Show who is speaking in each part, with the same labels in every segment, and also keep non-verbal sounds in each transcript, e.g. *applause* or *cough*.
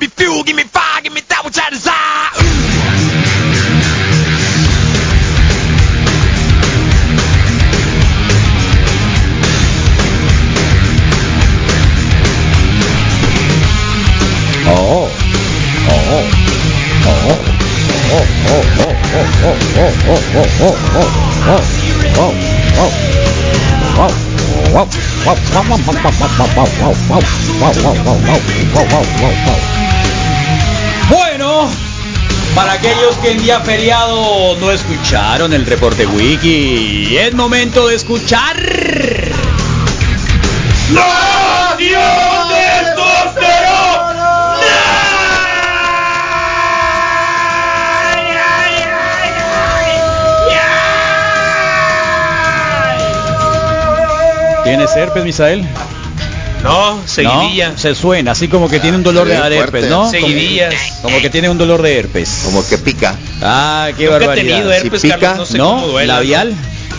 Speaker 1: me fuel, give me fire, give me that which I desire.
Speaker 2: Oh, oh, oh, oh, oh, oh, oh, oh, oh, oh, oh, oh, oh, oh, oh, oh. Wow, wow, wow, wow, wow, wow, wow, wow, wow, wow, wow, wow, wow, wow, wow, wow, wow.
Speaker 3: Bueno, para aquellos que en día feriado no escucharon el reporte wiki, es momento de escuchar. ¿Tienes herpes, Misael?
Speaker 1: No, seguidilla.
Speaker 3: ¿No? Se suena, así como que tiene un dolor
Speaker 4: Se
Speaker 3: de
Speaker 4: ve
Speaker 3: herpes,
Speaker 4: fuerte.
Speaker 3: ¿no?
Speaker 1: Seguidillas.
Speaker 3: Como, como que tiene un dolor de herpes.
Speaker 4: Como que pica.
Speaker 3: Ah, qué
Speaker 1: Nunca he
Speaker 3: barbaridad.
Speaker 1: tenido herpes,
Speaker 4: Si
Speaker 1: Carlos,
Speaker 4: pica,
Speaker 1: no sé cómo
Speaker 3: ¿No?
Speaker 1: duele.
Speaker 3: ¿Labial?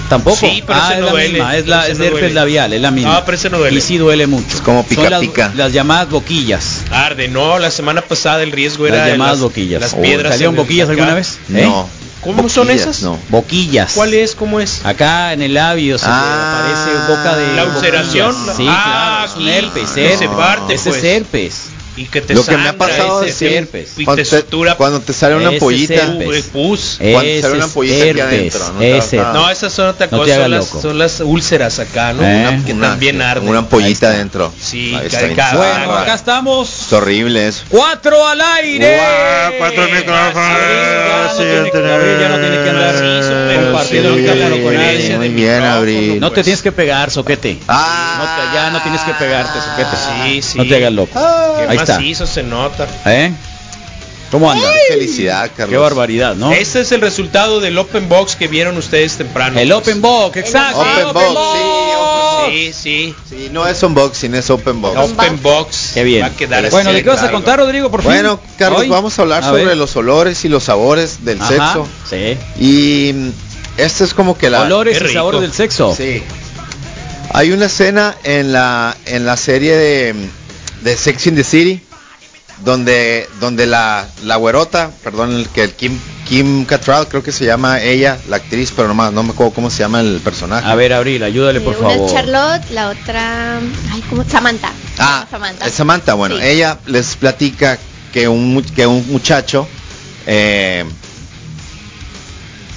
Speaker 3: Tampoco.
Speaker 1: Sí, pero
Speaker 3: ah,
Speaker 1: ese
Speaker 3: es
Speaker 1: no
Speaker 3: la
Speaker 1: duele,
Speaker 3: misma, es, la,
Speaker 1: ese
Speaker 3: es
Speaker 1: no
Speaker 3: herpes
Speaker 1: duele.
Speaker 3: labial, es la misma.
Speaker 1: Ah, pero ese no duele.
Speaker 3: Y sí duele mucho.
Speaker 4: Es como pica,
Speaker 3: Son las,
Speaker 4: pica.
Speaker 3: las llamadas boquillas.
Speaker 1: Arde, no, la semana pasada el riesgo era
Speaker 3: las
Speaker 1: de
Speaker 3: llamadas
Speaker 1: las,
Speaker 3: boquillas.
Speaker 1: las
Speaker 3: Oh,
Speaker 1: piedras.
Speaker 3: ¿Salieron
Speaker 1: en el-
Speaker 3: boquillas
Speaker 1: acá.
Speaker 3: alguna vez? ¿Eh?
Speaker 4: No.
Speaker 1: ¿Cómo son
Speaker 4: Boquillas,
Speaker 1: esas?
Speaker 4: No.
Speaker 3: Boquillas.
Speaker 1: ¿Cuál es? ¿Cómo es?
Speaker 3: Acá en el labio se
Speaker 4: Ah.
Speaker 3: te aparece boca de
Speaker 1: ¿La ulceración?
Speaker 3: boquillas. Sí,
Speaker 1: Ah,
Speaker 3: claro, es
Speaker 1: aquí,
Speaker 3: un herpes,
Speaker 1: que se
Speaker 3: herpes.
Speaker 1: parte,
Speaker 3: Ese es
Speaker 1: pues.
Speaker 3: herpes.
Speaker 1: Y que te
Speaker 4: Lo que me ha
Speaker 1: sangra,
Speaker 4: pasado
Speaker 1: ese
Speaker 4: es
Speaker 3: que-
Speaker 1: herpes. Y
Speaker 4: Cuando
Speaker 1: te sutura
Speaker 4: te, cuando te sale una
Speaker 3: Ese
Speaker 4: ampollita.
Speaker 3: es
Speaker 1: pu-
Speaker 3: herpes.
Speaker 1: pus.
Speaker 4: Cuando
Speaker 3: Ese
Speaker 4: sale una
Speaker 3: es
Speaker 4: ampollita aquí
Speaker 3: herpes,
Speaker 4: adentro, ¿no?
Speaker 3: ese.
Speaker 4: Ah.
Speaker 1: No, esas son otra
Speaker 3: No te
Speaker 1: cosa,
Speaker 3: hagas
Speaker 1: son las,
Speaker 3: loco.
Speaker 1: son las úlceras acá, ¿no?
Speaker 3: Eh.
Speaker 1: Una- que también
Speaker 4: una,
Speaker 1: arden.
Speaker 4: una ampollita adentro.
Speaker 1: Sí,
Speaker 4: Ahí está bien
Speaker 1: cada-
Speaker 4: fuerte.
Speaker 3: Bueno, acá estamos.
Speaker 4: Es horrible eso.
Speaker 3: Cuatro al aire.
Speaker 5: Guau, cuatro micrófonos.
Speaker 3: Gabriel ya no
Speaker 5: Sí,
Speaker 3: tiene-
Speaker 5: tener-
Speaker 3: Gabriel ya no tiene que andar compartiendo
Speaker 4: Sí,
Speaker 3: teléfono con nadie.
Speaker 4: Muy bien, pues. Abril.
Speaker 3: No te tienes que pegar, soquete.
Speaker 4: Ah.
Speaker 3: No te- ya no tienes que pegarte, soquete.
Speaker 1: Sí, sí.
Speaker 3: No te hagas loco.
Speaker 1: Qué
Speaker 3: Ahí está.
Speaker 1: macizo se nota.
Speaker 3: ¿Eh? ¿Cómo andas?
Speaker 4: Qué felicidad, Carlos.
Speaker 3: Qué barbaridad, ¿no?
Speaker 1: Este es el resultado del open box que vieron ustedes temprano.
Speaker 3: El Open Box, exacto.
Speaker 4: Open
Speaker 3: el
Speaker 4: Box, sí, open
Speaker 3: box.
Speaker 1: Sí, sí.
Speaker 4: Sí, no es unboxing, es open box.
Speaker 1: Open box.
Speaker 3: Qué bien.
Speaker 1: Va a quedar este
Speaker 3: bueno,
Speaker 1: así
Speaker 3: ¿de qué vas a
Speaker 1: claro.
Speaker 3: contar, Rodrigo, por fin?
Speaker 4: Bueno, Carlos,
Speaker 3: Hoy.
Speaker 4: vamos a hablar sobre
Speaker 3: ver.
Speaker 4: los olores y los sabores del
Speaker 3: Ajá,
Speaker 4: sexo.
Speaker 3: Sí.
Speaker 4: Y mm, esta es como que la...
Speaker 3: Olores
Speaker 1: qué
Speaker 3: y
Speaker 1: rico.
Speaker 3: sabores del sexo.
Speaker 4: Sí. Hay una escena en la en la serie de, mm, de Sex in the City donde donde la, la güerota, perdón, el que el Kim Kim Cattrall creo que se llama ella, la actriz, pero nomás no me acuerdo cómo se llama el personaje.
Speaker 3: A ver, Abril, ayúdale, por
Speaker 6: Eh, una
Speaker 3: favor.
Speaker 6: es Charlotte, la otra. Ay, ¿cómo? Samantha.
Speaker 4: Ah, Samantha. Samantha, bueno,
Speaker 6: Sí.
Speaker 4: ella les platica que un, mu- que un muchacho eh,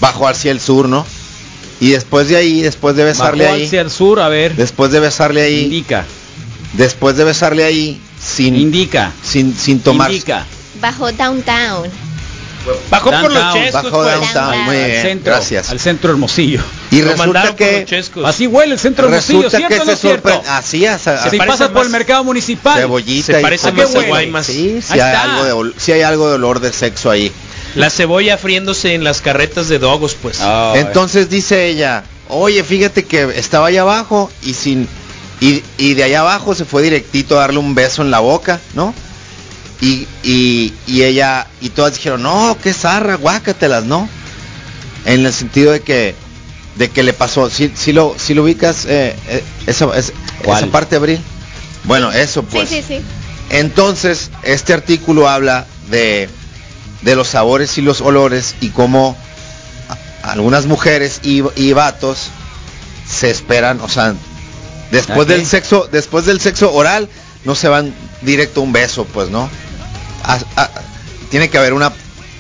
Speaker 4: bajó hacia el sur, ¿no? Y después de ahí, después de besarle
Speaker 3: Bajó
Speaker 4: ahí,
Speaker 3: hacia el sur, a ver.
Speaker 4: después de besarle ahí,
Speaker 3: Indica,
Speaker 4: después de besarle ahí, sin,
Speaker 3: indica,
Speaker 4: sin, sin tomar,
Speaker 3: indica.
Speaker 6: Bajo Downtown.
Speaker 1: Bajó por los
Speaker 3: Downtown,
Speaker 1: chescos,
Speaker 4: bajó
Speaker 1: pues.
Speaker 4: downtown, muy
Speaker 3: Al
Speaker 4: bien,
Speaker 3: centro,
Speaker 4: gracias.
Speaker 3: al centro hermosillo.
Speaker 4: Y
Speaker 1: Lo mandaron
Speaker 4: resulta
Speaker 1: por los
Speaker 4: que,
Speaker 1: chescos.
Speaker 3: Así huele el centro hermosillo,
Speaker 4: resulta
Speaker 3: ¿cierto
Speaker 4: que
Speaker 3: o no
Speaker 4: se
Speaker 3: es cierto?
Speaker 4: sorprende, así, es, a-
Speaker 3: Si
Speaker 1: parece
Speaker 3: pasas por
Speaker 1: más-
Speaker 3: el mercado municipal.
Speaker 4: cebollita
Speaker 1: se
Speaker 4: y
Speaker 1: parece
Speaker 4: con-
Speaker 3: más a
Speaker 4: Sí,
Speaker 1: Guaymas.
Speaker 4: Sí,
Speaker 3: Ahí
Speaker 4: sí hay
Speaker 3: está.
Speaker 4: algo de, ol- sí hay algo de olor de sexo ahí.
Speaker 1: La cebolla friéndose en las carretas de dogos, pues.
Speaker 3: Ah,
Speaker 4: Entonces dice ella, oye, fíjate que estaba allá abajo y sin y, y de allá abajo se fue directito a darle un beso en la boca, ¿no? Y, y, y ella, y todas dijeron, no, qué zarra, guácatelas, ¿no? En el sentido de que de que le pasó, si, si lo si lo ubicas eh, eh, esa, es-
Speaker 3: ¿Cuál?
Speaker 4: esa parte abril. Bueno, eso pues.
Speaker 6: sí, sí, sí.
Speaker 4: Entonces, este artículo habla de, de los sabores y los olores y cómo a- algunas mujeres y, y vatos se esperan, o sea, después
Speaker 3: Ok.
Speaker 4: del sexo, después del sexo oral, no se van directo a un beso, pues, ¿no? A- a- tiene que haber una,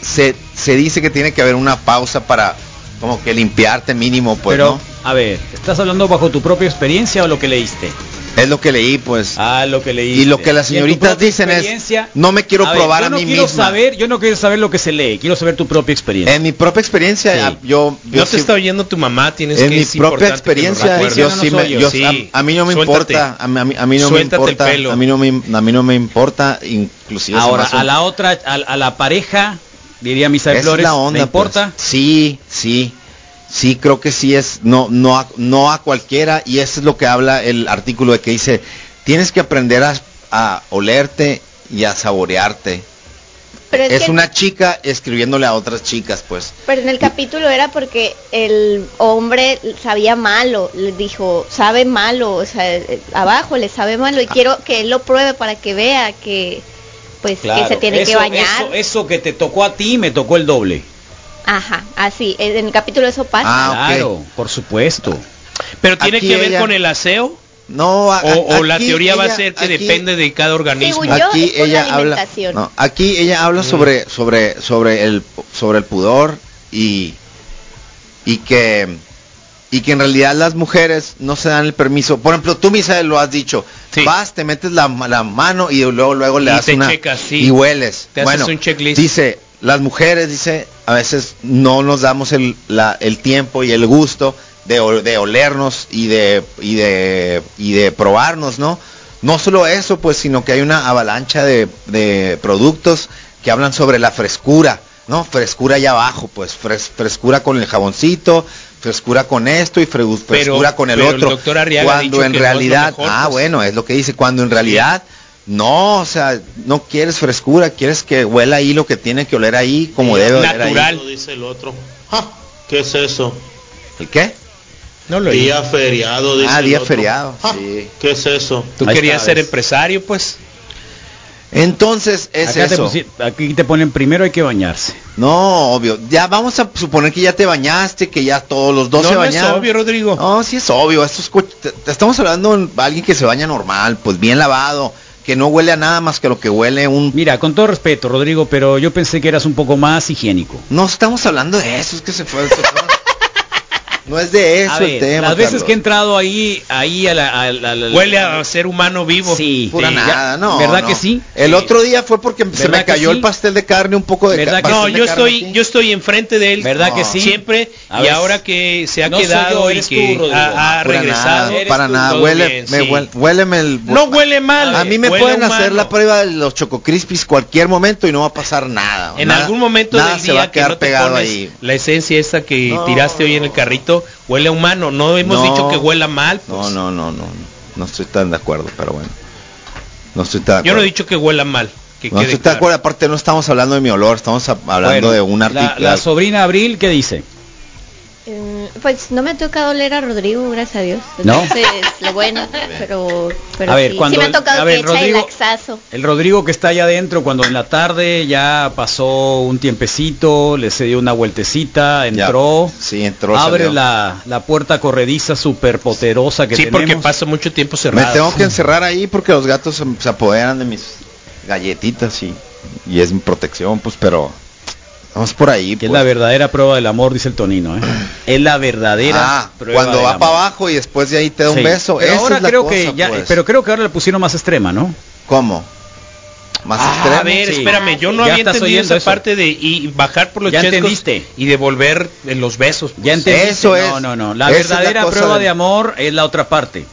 Speaker 4: se, se dice que tiene que haber una pausa para como que limpiarte mínimo, pues,
Speaker 3: pero, a ver, ¿estás hablando bajo tu propia experiencia o lo que leíste?
Speaker 4: ¿no? Es lo que leí, pues.
Speaker 3: Ah, lo que leíste.
Speaker 4: y lo que las
Speaker 3: Y en tu
Speaker 4: señoritas
Speaker 3: propia
Speaker 4: dicen es,
Speaker 3: experiencia-
Speaker 4: no me quiero
Speaker 3: A ver,
Speaker 4: probar
Speaker 3: yo
Speaker 4: a
Speaker 3: no
Speaker 4: mí
Speaker 3: quiero
Speaker 4: misma.
Speaker 3: Saber, yo no quiero saber lo que se lee, quiero saber tu propia experiencia.
Speaker 4: En mi propia experiencia,
Speaker 3: Sí.
Speaker 4: ah, yo, yo
Speaker 1: no te
Speaker 4: sí-
Speaker 1: está oyendo tu mamá, tienes
Speaker 4: en
Speaker 1: que
Speaker 4: mi
Speaker 1: es
Speaker 4: propia
Speaker 1: importante que lo
Speaker 4: experiencia,
Speaker 1: recuerdes.
Speaker 4: yo
Speaker 3: no
Speaker 4: sí
Speaker 3: nos
Speaker 4: me,
Speaker 3: oyes,
Speaker 4: yo-
Speaker 1: sí.
Speaker 4: a, a mí no me
Speaker 1: Suéltate.
Speaker 4: importa, a mí, a mí- a mí no
Speaker 1: Suéltate el
Speaker 4: me importa,
Speaker 1: pelo.
Speaker 4: a mí no me, a mí no me importa, inclusive. se me
Speaker 3: Ahora,
Speaker 4: hace
Speaker 3: a
Speaker 4: un-
Speaker 3: la otra, a, a la pareja, diría Misa
Speaker 4: Esa
Speaker 3: de
Speaker 4: es
Speaker 3: Flores,
Speaker 4: la onda,
Speaker 3: ¿le importa?
Speaker 4: pues. Sí, sí, sí, creo que sí es, no, no, a, no a cualquiera y eso es lo que habla el artículo de que dice, tienes que aprender a, a olerte y a saborearte.
Speaker 6: Pero es,
Speaker 4: es
Speaker 6: que,
Speaker 4: una chica escribiéndole a otras chicas, pues.
Speaker 6: pero en el capítulo era porque el hombre sabía malo, le dijo, sabe
Speaker 4: Ah.
Speaker 6: malo, o sea, eh, abajo le sabe malo y quiero que él lo pruebe para que vea que pues
Speaker 3: Claro.
Speaker 6: que se tiene que
Speaker 3: Eso-
Speaker 6: bañar.
Speaker 4: eh.
Speaker 3: Eso, eso que te tocó a ti me tocó el doble.
Speaker 6: Ajá, así, en el capítulo eso pasa.
Speaker 4: Ah, ok.
Speaker 3: claro, por supuesto.
Speaker 1: Pero tiene
Speaker 4: Aquí
Speaker 1: que ver
Speaker 4: ella-
Speaker 1: con el aseo
Speaker 4: No, a- a-
Speaker 1: o, o la
Speaker 4: aquí
Speaker 1: teoría va a
Speaker 4: ella-
Speaker 1: ser que
Speaker 4: aquí-
Speaker 1: depende de cada organismo.
Speaker 6: Según yo,
Speaker 4: aquí
Speaker 6: es por la
Speaker 4: ella habla,
Speaker 6: alimentación.
Speaker 4: no, aquí ella habla
Speaker 1: Mm.
Speaker 4: sobre sobre sobre el sobre el pudor y y que y que en realidad las mujeres no se dan el permiso. Por ejemplo, tú Misa lo has dicho.
Speaker 1: Sí.
Speaker 4: Vas, te metes la, la mano y luego luego le
Speaker 1: Y
Speaker 4: das
Speaker 1: te
Speaker 4: una
Speaker 1: checas, sí.
Speaker 4: y hueles.
Speaker 1: Te haces
Speaker 4: bueno,
Speaker 1: un checklist.
Speaker 4: dice las mujeres dice a veces no nos damos el, la- el tiempo y el gusto de, ol- de olernos y de y de y de probarnos, ¿no? No solo eso, pues, sino que hay una avalancha de, de productos que hablan sobre la frescura, ¿no? Frescura allá abajo, pues, fres- frescura con el jaboncito, frescura con esto y fre- frescura con el
Speaker 1: pero el
Speaker 4: otro.
Speaker 1: doctor Arriaga ha
Speaker 4: cuando
Speaker 1: dicho
Speaker 4: en
Speaker 1: que no es lo
Speaker 4: realidad,
Speaker 1: mejor,
Speaker 4: ah,
Speaker 1: pues.
Speaker 4: bueno, es lo que dice, cuando en realidad no, o sea, no quieres frescura, quieres que huela ahí lo que tiene que oler ahí, como debe oler ahí.
Speaker 1: natural.
Speaker 5: Dice el otro. Ja, ¿Qué es eso?
Speaker 4: ¿El qué?
Speaker 1: Ah. No lo
Speaker 5: Día feriado. Dice
Speaker 4: Ah,
Speaker 5: el
Speaker 4: día
Speaker 5: otro.
Speaker 4: feriado,
Speaker 5: Ja,
Speaker 4: sí.
Speaker 5: ¿Qué es eso?
Speaker 1: Tú
Speaker 3: Ahí
Speaker 1: querías
Speaker 3: está,
Speaker 1: ser
Speaker 3: ¿ves?
Speaker 1: empresario, pues.
Speaker 4: Entonces es
Speaker 3: Acá te
Speaker 4: eso.
Speaker 3: pusi- aquí te ponen primero hay que bañarse.
Speaker 4: No, obvio. Ya vamos a suponer que ya te bañaste, que ya todos los dos
Speaker 1: No,
Speaker 4: se
Speaker 1: no es
Speaker 4: bañaron.
Speaker 1: obvio, Rodrigo.
Speaker 4: No, sí es obvio. Estos co- te- te estamos hablando de alguien que se baña normal, pues bien lavado, que no huele a nada más que lo que huele un.
Speaker 3: Mira, con todo respeto, Rodrigo, pero yo pensé que eras un poco más higiénico.
Speaker 4: No estamos hablando de eso, es que se fue. se fue. no es de eso
Speaker 3: A
Speaker 4: el
Speaker 3: ver,
Speaker 4: tema.
Speaker 3: las veces
Speaker 4: Carlos.
Speaker 3: que he entrado ahí, ahí a la, a la- a la-
Speaker 1: Huele a ser humano vivo.
Speaker 3: Sí,
Speaker 4: Pura
Speaker 3: sí, ya-
Speaker 4: nada, no.
Speaker 3: ¿Verdad
Speaker 4: no.
Speaker 3: que sí?
Speaker 4: El
Speaker 3: Sí.
Speaker 4: otro día fue porque se
Speaker 3: ¿Verdad
Speaker 4: me
Speaker 3: que
Speaker 4: cayó
Speaker 3: sí?
Speaker 4: el pastel de carne, un poco de ca-
Speaker 3: ¿Verdad que
Speaker 1: No,
Speaker 4: pastel de
Speaker 1: yo
Speaker 4: carne
Speaker 1: estoy,
Speaker 4: aquí.
Speaker 1: yo estoy enfrente de él.
Speaker 3: ¿Verdad que
Speaker 4: Ah.
Speaker 1: No.
Speaker 3: sí?
Speaker 1: Siempre.
Speaker 3: A
Speaker 1: y
Speaker 3: ver,
Speaker 1: ahora que se ha
Speaker 3: no soy yo,
Speaker 1: quedado y
Speaker 3: eres
Speaker 1: que
Speaker 3: tú, Rodrigo.
Speaker 1: ha,
Speaker 4: Para
Speaker 1: ha regresado.
Speaker 4: nada, para
Speaker 1: Eres tú,
Speaker 4: nada.
Speaker 1: todo
Speaker 4: Huele,
Speaker 1: bien,
Speaker 4: me
Speaker 1: sí.
Speaker 4: huele, huéleme el.
Speaker 1: No huele mal.
Speaker 4: A mí me
Speaker 1: huele
Speaker 4: pueden
Speaker 1: humano.
Speaker 4: hacer la prueba de los Choco Crispies cualquier momento y no va a pasar nada.
Speaker 1: En
Speaker 4: Nada-
Speaker 1: algún momento
Speaker 4: nada
Speaker 1: del
Speaker 4: se va
Speaker 1: día
Speaker 4: a
Speaker 1: que
Speaker 4: quedar
Speaker 1: no te
Speaker 4: pegado
Speaker 1: pones
Speaker 4: ahí.
Speaker 1: la esencia esta que tiraste hoy en el carrito huele a humano. No hemos
Speaker 4: No.
Speaker 1: dicho que huela mal.
Speaker 4: No,
Speaker 1: pues.
Speaker 4: no, no, no. No estoy tan de acuerdo, pero bueno. No estoy tan. de
Speaker 1: Yo no
Speaker 4: acuerdo.
Speaker 1: he dicho que huela mal. Que
Speaker 4: No
Speaker 1: quede
Speaker 4: estoy tan de
Speaker 1: claro.
Speaker 4: acuerdo. Aparte, no estamos hablando de mi olor, estamos a- hablando
Speaker 3: Bueno,
Speaker 4: de un artículo.
Speaker 3: La, la sobrina Abril, ¿qué dice?
Speaker 6: Eh, Pues no me ha tocado leer a Rodrigo, gracias a Dios.
Speaker 3: ¿No?
Speaker 6: Entonces,
Speaker 1: *laughs*
Speaker 6: lo bueno, pero, pero
Speaker 3: A ver,
Speaker 6: sí.
Speaker 3: cuando
Speaker 6: Sí me
Speaker 3: el-
Speaker 6: ha tocado
Speaker 3: a ver,
Speaker 6: que echa
Speaker 3: Rodrigo-
Speaker 6: el laxazo.
Speaker 3: El Rodrigo que está allá adentro, cuando en la tarde ya pasó un tiempecito, le se dio una vueltecita,
Speaker 4: Ya.
Speaker 3: entró,
Speaker 4: Sí, entró.
Speaker 3: abre
Speaker 4: salió.
Speaker 3: la, la puerta corrediza súper poderosa que
Speaker 1: Sí,
Speaker 3: tenemos.
Speaker 1: porque pasa mucho tiempo
Speaker 4: Me
Speaker 1: cerrado.
Speaker 3: *laughs*
Speaker 1: *laughs*
Speaker 4: tengo que encerrar ahí porque los gatos se, se apoderan de mis galletitas y, y es mi protección, pues, pero. Vamos por ahí.
Speaker 3: Que es
Speaker 4: pues.
Speaker 3: la verdadera prueba del amor, dice el Tonino. ¿eh? Es la verdadera
Speaker 4: Ah,
Speaker 3: prueba
Speaker 4: cuando
Speaker 3: del
Speaker 4: va
Speaker 3: amor.
Speaker 4: para abajo y después de ahí te da un
Speaker 3: Sí.
Speaker 4: beso.
Speaker 3: Pero
Speaker 4: Esa
Speaker 3: ahora
Speaker 4: es la
Speaker 3: creo
Speaker 4: cosa,
Speaker 3: que ya,
Speaker 4: pues.
Speaker 3: pero creo que ahora le pusieron más extrema, ¿no?
Speaker 4: ¿Cómo? Más
Speaker 3: Ah,
Speaker 4: extremo.
Speaker 1: A ver,
Speaker 3: Sí.
Speaker 1: espérame, yo no
Speaker 3: Ya
Speaker 1: había
Speaker 3: estás
Speaker 1: entendido
Speaker 3: oyendo
Speaker 1: esa
Speaker 3: eso.
Speaker 1: parte de y bajar por los
Speaker 3: Ya
Speaker 1: chescos
Speaker 3: entendiste.
Speaker 1: y devolver eh, los besos.
Speaker 3: Ya
Speaker 1: pues.
Speaker 3: entendiste.
Speaker 4: Eso
Speaker 3: No,
Speaker 4: es.
Speaker 3: no, no. La
Speaker 4: Esa es la
Speaker 3: verdadera
Speaker 4: cosa
Speaker 3: prueba
Speaker 4: del-
Speaker 3: de amor es la otra parte.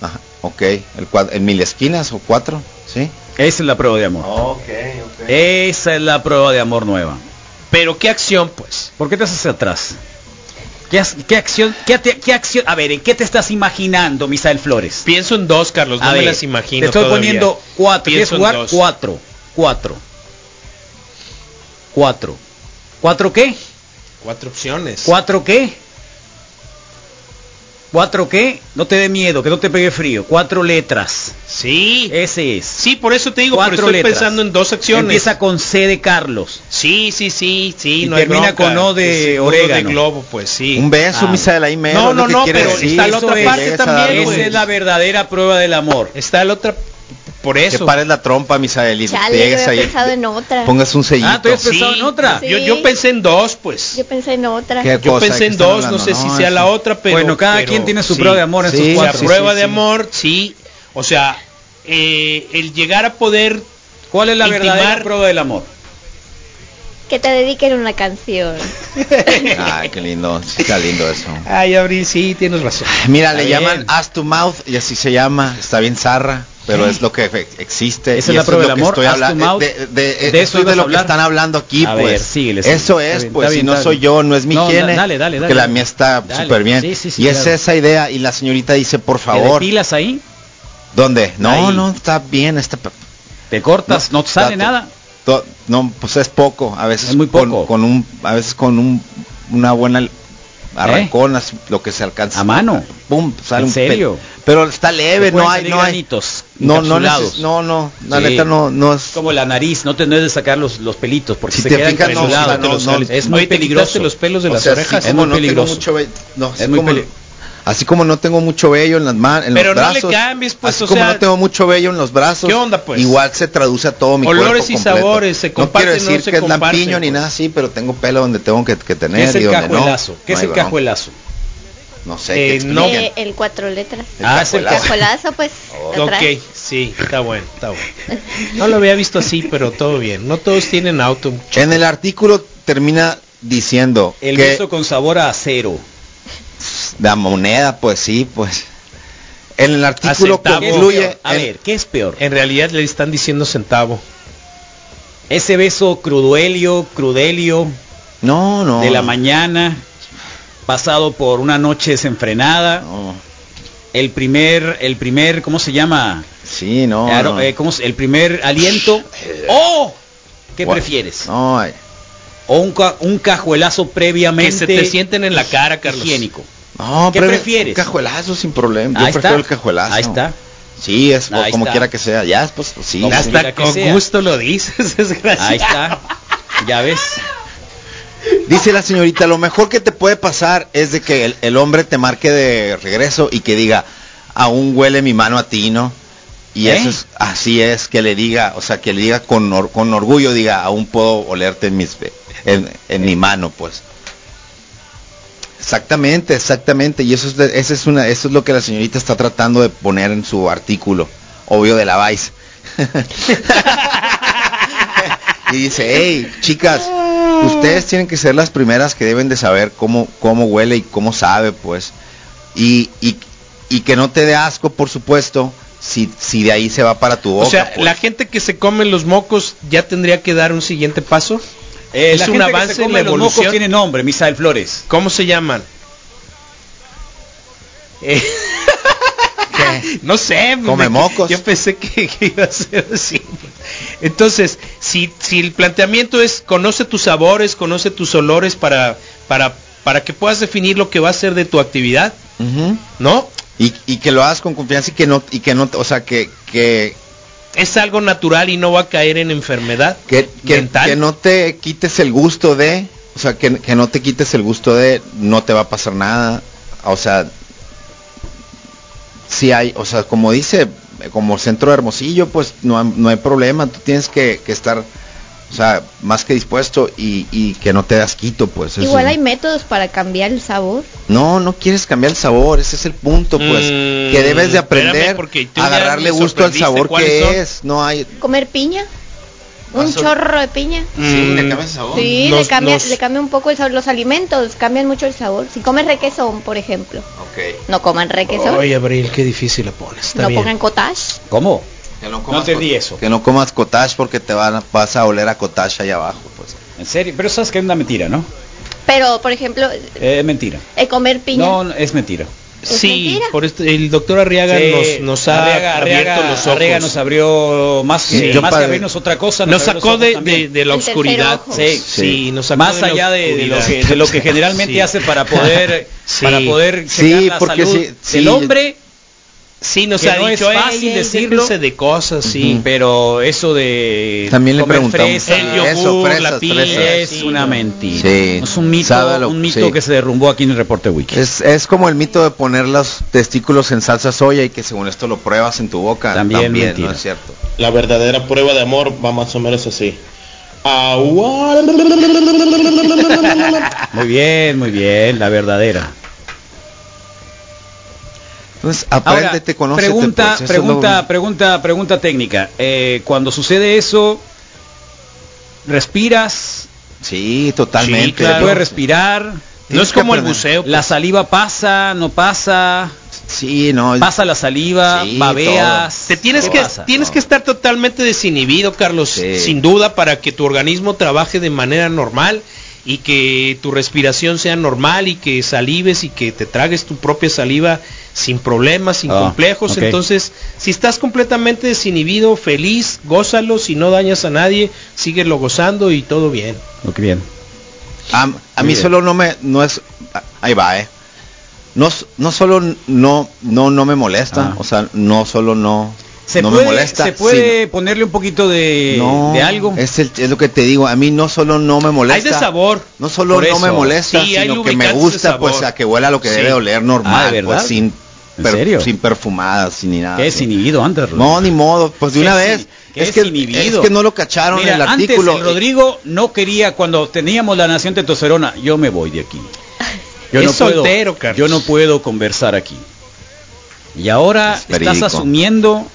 Speaker 4: Ajá, ok, el cuad- en mil esquinas o cuatro, ¿sí?
Speaker 3: Esa es la prueba de amor. Esa es la prueba de amor nueva.
Speaker 1: Pero qué acción, pues.
Speaker 3: ¿Por qué te haces hacia atrás? ¿Qué, has- qué acción? Qué, te- qué acción? A ver, ¿en qué te estás imaginando, Misael Flores?
Speaker 1: Pienso en dos, Carlos, Pues no
Speaker 3: a
Speaker 1: me
Speaker 3: ver,
Speaker 1: las imagino.
Speaker 3: Te estoy
Speaker 1: todavía.
Speaker 3: poniendo cuatro. ¿Quieres
Speaker 1: Pienso en
Speaker 3: jugar?
Speaker 1: dos.
Speaker 3: Cuatro. Cuatro. Cuatro. ¿Cuatro qué?
Speaker 1: Cuatro opciones.
Speaker 3: ¿Cuatro qué? ¿Cuatro qué? No te dé miedo, que no te pegue frío. Cuatro letras.
Speaker 1: Sí.
Speaker 3: Ese es.
Speaker 1: Sí, por eso te digo, pero
Speaker 3: Eh, Cuatro
Speaker 1: estoy
Speaker 3: letras.
Speaker 1: pensando en dos acciones.
Speaker 3: Empieza con C de Carlos.
Speaker 1: Sí, sí, sí, sí.
Speaker 3: Y
Speaker 1: hay
Speaker 3: termina
Speaker 1: bronca.
Speaker 3: con O de
Speaker 1: Es nudo de
Speaker 3: orégano.
Speaker 1: globo, pues sí.
Speaker 4: Un beso,
Speaker 3: Ah.
Speaker 4: Misael, ahí mero,
Speaker 1: No,
Speaker 4: es lo
Speaker 1: no,
Speaker 4: que
Speaker 1: no,
Speaker 4: quiere
Speaker 1: pero
Speaker 4: decir,
Speaker 1: está la otra
Speaker 4: que
Speaker 1: parte
Speaker 4: llegues a
Speaker 1: también,
Speaker 4: darle un-
Speaker 1: güey.
Speaker 3: Esa es la verdadera prueba del amor.
Speaker 1: Está la otra por
Speaker 4: Que
Speaker 1: eso.
Speaker 4: pares la trompa, Misael, y
Speaker 6: Chale,
Speaker 4: llegues
Speaker 6: yo había
Speaker 4: ahí,
Speaker 6: pensado en otra.
Speaker 4: pongas un sellito.
Speaker 3: Ah, tú has pensado en otra.
Speaker 1: Yo,
Speaker 6: Sí.
Speaker 1: yo pensé en dos, pues.
Speaker 6: Yo pensé en otra.
Speaker 4: ¿Qué
Speaker 1: Yo
Speaker 4: cosa de
Speaker 1: pensé
Speaker 4: qué
Speaker 1: en
Speaker 4: están
Speaker 1: dos,
Speaker 4: hablando?
Speaker 1: no sé si
Speaker 4: No,
Speaker 1: sea
Speaker 4: es-
Speaker 1: la otra, pero...
Speaker 3: bueno, cada
Speaker 1: pero
Speaker 3: quien tiene su
Speaker 1: sí.
Speaker 3: prueba de amor en
Speaker 4: Sí,
Speaker 3: sus
Speaker 4: la
Speaker 1: La
Speaker 3: cuatro.
Speaker 1: prueba
Speaker 4: sí,
Speaker 1: de
Speaker 4: sí.
Speaker 1: amor, sí. O sea, eh, el llegar a poder...
Speaker 3: ¿Cuál es la
Speaker 1: Intimar.
Speaker 3: verdadera prueba del amor?
Speaker 6: Que te dediquen una canción.
Speaker 4: Ay, qué lindo, sí está lindo eso.
Speaker 1: Ay, Abril, sí, tienes razón.
Speaker 3: Ah,
Speaker 4: Mira, le
Speaker 3: Está bien.
Speaker 4: llaman As to Mouth y así se llama, está bien zarra, pero es lo que fe- existe. y
Speaker 3: Esa es la
Speaker 4: eso
Speaker 3: prueba
Speaker 4: lo
Speaker 3: del
Speaker 4: que
Speaker 3: amor,
Speaker 4: estoy
Speaker 3: Ass to
Speaker 4: hablando-
Speaker 3: Mouth.
Speaker 4: De, de- de- esto
Speaker 3: De eso
Speaker 4: es de
Speaker 3: ibas a
Speaker 4: lo que
Speaker 3: hablar.
Speaker 4: están hablando aquí,
Speaker 3: A
Speaker 4: pues.
Speaker 3: ver, síguele, síguele.
Speaker 4: Eso
Speaker 3: Está
Speaker 4: es,
Speaker 3: bien,
Speaker 4: pues,
Speaker 3: está
Speaker 4: si
Speaker 3: bien,
Speaker 4: no
Speaker 3: está
Speaker 4: soy
Speaker 3: bien.
Speaker 4: yo, no es mi
Speaker 3: No, da-
Speaker 4: higiene,
Speaker 3: dale, dale,
Speaker 4: que
Speaker 3: dale.
Speaker 4: la mía está
Speaker 3: Dale.
Speaker 4: súper bien.
Speaker 3: Sí, sí, sí,
Speaker 4: y es
Speaker 3: claro.
Speaker 4: esa idea, y la señorita dice, por
Speaker 3: ¿Te
Speaker 4: favor,
Speaker 3: depilas ahí?
Speaker 4: ¿dónde? No,
Speaker 3: Ahí.
Speaker 4: no, está bien, está... pe-
Speaker 3: ¿Te cortas? ¿No, te sale
Speaker 4: está-
Speaker 3: nada?
Speaker 4: to- No, pues es poco, a veces
Speaker 3: Es muy
Speaker 4: con-
Speaker 3: poco. ¿Eh?
Speaker 4: Con, un, a veces con un, una buena arrancón, así, lo que se alcanza.
Speaker 3: ¿A mano?
Speaker 4: Pum, sale
Speaker 3: ¿En
Speaker 4: un pe-
Speaker 3: serio?
Speaker 4: Pero está leve,
Speaker 3: Te pueden
Speaker 4: no hay,
Speaker 3: salir
Speaker 4: no hay,
Speaker 3: granitos.
Speaker 4: No, no,
Speaker 3: encapsulados.
Speaker 4: neces- no, no, la
Speaker 3: Sí.
Speaker 4: neta no, no es.
Speaker 3: Como la nariz, no tenés de sacar los, los pelitos porque
Speaker 4: Si
Speaker 3: se
Speaker 4: te
Speaker 3: quedan
Speaker 4: fijas, no,
Speaker 3: encapsulados.
Speaker 4: o sea, no,
Speaker 3: Los-
Speaker 4: no,
Speaker 3: es
Speaker 1: Oye,
Speaker 3: muy
Speaker 1: ¿te quitaste
Speaker 3: peligroso.
Speaker 1: los pelos de
Speaker 4: o
Speaker 1: las
Speaker 4: sea,
Speaker 1: orejas.
Speaker 4: sí,
Speaker 3: Es
Speaker 4: como
Speaker 3: muy
Speaker 4: no tengo
Speaker 3: peligroso.
Speaker 4: mucho vello- no, así
Speaker 3: Es muy
Speaker 4: como-
Speaker 3: peli-
Speaker 4: Así como no tengo mucho vello en las manos, en
Speaker 1: Pero
Speaker 4: los
Speaker 1: no le
Speaker 4: brazos.
Speaker 1: cambies, pues,
Speaker 4: así
Speaker 1: o
Speaker 4: como
Speaker 1: sea,
Speaker 4: no tengo mucho vello en los brazos.
Speaker 1: ¿qué onda, pues?
Speaker 4: Igual se traduce a todo mi
Speaker 1: Olores
Speaker 4: cuerpo
Speaker 1: y
Speaker 4: completo.
Speaker 1: sabores, se comparten,
Speaker 4: No
Speaker 1: no
Speaker 4: quiero decir
Speaker 1: se
Speaker 4: que es
Speaker 1: comparten,
Speaker 4: lampiño ni
Speaker 1: pues.
Speaker 4: nada así, pero tengo pelo donde tengo que, que tener
Speaker 3: ¿Qué es
Speaker 4: y
Speaker 3: el
Speaker 4: donde no.
Speaker 3: cajuelazo? ¿Qué
Speaker 4: No
Speaker 3: es
Speaker 4: hay
Speaker 3: el
Speaker 4: bronca.
Speaker 3: cajuelazo?
Speaker 4: No sé, que
Speaker 1: Eh, no.
Speaker 4: expliquen.
Speaker 6: Eh, el cuatro letras.
Speaker 4: El
Speaker 3: Ah, es el
Speaker 4: cajuelazo.
Speaker 6: Colazo, pues. atrás.
Speaker 1: Ok, sí, está bueno, está bueno. No lo había visto así, pero todo bien. No todos tienen auto.
Speaker 4: En el artículo termina diciendo
Speaker 3: El
Speaker 4: que
Speaker 3: gusto con sabor a acero.
Speaker 4: la moneda, pues sí, pues. En el artículo
Speaker 1: Aceptamos.
Speaker 4: concluye
Speaker 3: A
Speaker 4: el-
Speaker 3: ver, ¿qué es peor?
Speaker 1: En realidad le están diciendo centavo.
Speaker 3: Ese beso cruduelio, crudelio
Speaker 4: No, no.
Speaker 3: de la mañana, pasado por una noche desenfrenada,
Speaker 4: No.
Speaker 3: el primer, el primer, ¿cómo se llama?
Speaker 4: Sí, no.
Speaker 3: Claro,
Speaker 4: no.
Speaker 3: eh, ¿cómo se- el primer aliento. ¡Oh! ¿Qué
Speaker 4: Gua-
Speaker 3: prefieres?
Speaker 4: No, ay,
Speaker 3: O un, ca- un cajuelazo
Speaker 1: Que
Speaker 3: previamente
Speaker 1: se te sienten en la cara, Carlos.
Speaker 3: higiénico.
Speaker 4: no,
Speaker 3: ¿Qué
Speaker 4: pero
Speaker 3: prefieres?
Speaker 4: un Cajuelazo sin problema. Yo
Speaker 3: Ahí está.
Speaker 4: prefiero el cajuelazo.
Speaker 3: Ahí está.
Speaker 4: Sí, es o
Speaker 3: Ahí
Speaker 4: como
Speaker 3: está.
Speaker 4: quiera que sea. Ya, pues pues, sí.
Speaker 3: Como
Speaker 4: sí.
Speaker 3: quiera
Speaker 1: Hasta
Speaker 3: que
Speaker 1: con
Speaker 3: sea.
Speaker 1: gusto lo dices, *laughs* desgraciado.
Speaker 4: *laughs*
Speaker 3: Ahí está. Ya ves.
Speaker 4: Dice la señorita, lo mejor que te puede pasar es de que el, el hombre te marque de regreso y que diga, aún huele mi mano a ti, ¿no? Y
Speaker 3: ¿Eh?
Speaker 4: eso es, así es, que le diga, o sea, que le diga con, or- con orgullo, diga, aún puedo olerte en, mis, en, en mi mano, pues. Exactamente, exactamente. Y eso es, de- esa es una, eso es lo que la señorita está tratando de poner en su artículo, obvio de la Vice. y dice, hey, chicas, ustedes tienen que ser las primeras que deben de saber cómo, cómo huele y cómo sabe, pues. Y, y- y que no te dé asco, por supuesto, si, si de ahí se va para tu boca.
Speaker 1: O sea,
Speaker 4: pues.
Speaker 1: la gente que se come los mocos ya tendría que dar un siguiente paso.
Speaker 3: Eh,
Speaker 1: Es
Speaker 3: la
Speaker 1: un
Speaker 3: gente que
Speaker 1: avance
Speaker 3: se
Speaker 1: en
Speaker 3: come
Speaker 1: la
Speaker 3: los mocos
Speaker 1: evolución.
Speaker 3: tiene nombre, Misael Flores.
Speaker 1: ¿Cómo se llaman? Eh, *laughs* no sé. pues,
Speaker 4: Come
Speaker 1: de-
Speaker 4: mocos.
Speaker 1: Yo pensé que, que iba a ser así. Entonces, si, si el planteamiento es conoce tus sabores, conoce tus olores para, para, para que puedas definir lo que va a ser de tu actividad,
Speaker 4: Ujú.
Speaker 1: ¿no?
Speaker 4: y, y que lo hagas con confianza y que no, y que no, o sea, que, que,
Speaker 1: Es algo natural y no va a caer en enfermedad
Speaker 4: que, que,
Speaker 1: mental.
Speaker 4: que no te quites el gusto de, o sea, que, que no te quites el gusto de, no te va a pasar nada, o sea, si hay, o sea, como dice, como centro de Hermosillo, pues no, hay- no hay problema, tú tienes que, que estar, o sea, más que dispuesto y, y que no te das quito, pues. eso.
Speaker 6: Igual hay métodos para cambiar el sabor.
Speaker 4: No, no quieres cambiar el sabor, ese es el punto, pues,
Speaker 1: Mm,
Speaker 4: que debes de aprender
Speaker 1: espérame, porque tú
Speaker 4: a
Speaker 1: ya
Speaker 4: agarrarle
Speaker 1: me
Speaker 4: gusto al
Speaker 1: sorprendiste,
Speaker 4: sabor que
Speaker 1: ¿cuáles son?
Speaker 4: es, no hay...
Speaker 6: Comer piña.
Speaker 4: Ah,
Speaker 6: Un
Speaker 4: son-
Speaker 6: chorro de piña.
Speaker 1: Mm,
Speaker 6: Sí,
Speaker 1: los-
Speaker 6: le, cambia,
Speaker 1: los-
Speaker 6: le cambia un poco el sabor. Los alimentos cambian mucho el sabor. Si comes requesón, por ejemplo,
Speaker 4: Ok.
Speaker 6: no coman requesón.
Speaker 1: Oye, Abril, qué difícil la pones. Está
Speaker 6: no
Speaker 1: bien.
Speaker 6: pongan cottage.
Speaker 3: ¿Cómo?
Speaker 4: Que no
Speaker 3: comas entendí
Speaker 4: co-
Speaker 3: eso.
Speaker 4: Que no comas cottage porque te van a, vas a oler a cottage allá abajo, pues.
Speaker 3: En serio, pero sabes que es una mentira, ¿no?
Speaker 6: Pero, por ejemplo,
Speaker 3: Eh, Es mentira.
Speaker 6: el comer piña.
Speaker 3: No, no, es mentira.
Speaker 6: ¿Es
Speaker 1: Sí,
Speaker 6: mentira?
Speaker 1: por esto, el doctor Arriaga
Speaker 3: Sí,
Speaker 1: nos, nos ha
Speaker 3: Arriaga-
Speaker 1: abierto
Speaker 3: Arriaga-
Speaker 1: los ojos.
Speaker 3: Arriaga nos abrió más,
Speaker 4: Sí,
Speaker 3: eh,
Speaker 4: yo
Speaker 3: más que
Speaker 4: padre-
Speaker 3: abrirnos otra cosa.
Speaker 1: nos
Speaker 3: abrió los
Speaker 1: sacó
Speaker 3: ojos
Speaker 1: de,
Speaker 3: también.
Speaker 1: de- de la
Speaker 6: El tercer
Speaker 1: oscuridad.
Speaker 6: ojo.
Speaker 1: Sí,
Speaker 3: Sí.
Speaker 1: sí, nos sacó
Speaker 3: más
Speaker 1: de la
Speaker 3: allá de, de lo
Speaker 1: oscuridad.
Speaker 3: que, de lo que generalmente
Speaker 1: Sí.
Speaker 3: hace para poder
Speaker 1: *laughs* Sí.
Speaker 3: para poder
Speaker 4: Sí,
Speaker 3: checar la
Speaker 4: porque
Speaker 3: salud
Speaker 4: sí, sí.
Speaker 3: del hombre
Speaker 1: Sí, nos
Speaker 3: que
Speaker 1: ha
Speaker 3: no es
Speaker 1: dicho, "Ey,
Speaker 3: fácil
Speaker 1: ey,
Speaker 3: decirlo".
Speaker 1: déjense de cosas, sí.
Speaker 4: Ujú.
Speaker 3: pero eso de
Speaker 4: Mm. También le
Speaker 3: comer
Speaker 4: preguntamos.
Speaker 3: fresa,
Speaker 1: El
Speaker 4: yo-
Speaker 1: yogur,
Speaker 4: Eso,
Speaker 1: la
Speaker 4: fresas,
Speaker 1: piña,
Speaker 4: fresas.
Speaker 3: es
Speaker 1: sí,
Speaker 3: una
Speaker 1: no.
Speaker 3: mentira
Speaker 4: Sí.
Speaker 3: es un mito
Speaker 4: Sábalo,
Speaker 3: un mito
Speaker 4: sí.
Speaker 3: que se derrumbó aquí en el reporte wiki
Speaker 4: Es, es como el mito de poner los testículos en salsa soya y que según esto lo pruebas en tu boca.
Speaker 3: También
Speaker 4: También,
Speaker 3: mentira.
Speaker 4: no es cierto.
Speaker 5: La verdadera prueba de amor va más o menos así. Agua.
Speaker 4: *laughs*
Speaker 3: muy bien muy bien la verdadera
Speaker 4: Entonces,
Speaker 3: Ahora,
Speaker 4: apréndete, conócete.
Speaker 3: Pregunta,
Speaker 4: pues, eso es lo
Speaker 3: pregunta,
Speaker 4: único.
Speaker 3: pregunta, pregunta técnica. Eh, cuando sucede eso, respiras,
Speaker 4: Sí, totalmente.
Speaker 1: Sí, claro.
Speaker 3: puedes respirar,
Speaker 1: No
Speaker 4: Tienes
Speaker 1: es
Speaker 4: que
Speaker 1: como el
Speaker 4: aprender.
Speaker 1: buceo.
Speaker 3: la saliva pasa, no pasa,
Speaker 4: Sí, no. es-
Speaker 3: pasa la saliva,
Speaker 4: Sí,
Speaker 3: babeas.
Speaker 1: Te tienes
Speaker 3: ¿qué
Speaker 1: que
Speaker 3: pasa?
Speaker 1: tienes
Speaker 4: No.
Speaker 1: que estar totalmente desinhibido, Carlos,
Speaker 4: Sí.
Speaker 1: sin duda, para que tu organismo trabaje de manera normal y que tu respiración sea normal y que salives y que te tragues tu propia saliva sin problemas, sin
Speaker 3: Ah,
Speaker 1: complejos.
Speaker 3: ok.
Speaker 1: Entonces, si estás completamente desinhibido, feliz, gózalo, si no dañas a nadie, síguelo gozando y todo bien.
Speaker 3: Ok, bien.
Speaker 4: A, a mí
Speaker 3: bien.
Speaker 4: solo no me no es a- ahí va, eh. No, s- no solo no no no me molesta,
Speaker 3: Ah.
Speaker 4: o sea, no solo no
Speaker 3: ¿Se
Speaker 4: no
Speaker 3: puede,
Speaker 4: me molesta.
Speaker 3: ¿se puede ponerle un poquito de,
Speaker 4: sino-
Speaker 3: de algo?
Speaker 4: Es, el- es lo que te digo, a mí no solo no me molesta.
Speaker 1: Hay de sabor.
Speaker 4: No solo
Speaker 3: Por
Speaker 4: no me
Speaker 3: eso.
Speaker 4: molesta,
Speaker 1: Sí, hay
Speaker 4: sino que me
Speaker 1: lubricantes de
Speaker 4: gusta
Speaker 1: sabor.
Speaker 4: pues a que huela lo que
Speaker 1: Sí.
Speaker 4: debe oler normal,
Speaker 3: Ah, ¿verdad?
Speaker 4: pues sin
Speaker 3: ¿En serio?
Speaker 4: sin perfumadas, sin ni nada.
Speaker 3: ¿Qué
Speaker 4: sí.
Speaker 3: desinhibido, Ander?
Speaker 4: No, ni modo, pues de
Speaker 3: Qué
Speaker 4: una
Speaker 3: sin-
Speaker 4: vez.
Speaker 3: qué
Speaker 4: Es que, es
Speaker 3: desinhibido.
Speaker 4: que no lo cacharon
Speaker 3: Mira,
Speaker 4: en el
Speaker 3: antes
Speaker 4: artículo. eh,
Speaker 3: el Rodrigo no quería, cuando teníamos la Nación Testosterona, yo me voy de aquí. Yo
Speaker 1: Es
Speaker 3: no puedo,
Speaker 1: soltero, Carlos.
Speaker 3: Yo no puedo conversar aquí. Y ahora
Speaker 4: Es
Speaker 3: estás
Speaker 4: perico.
Speaker 3: asumiendo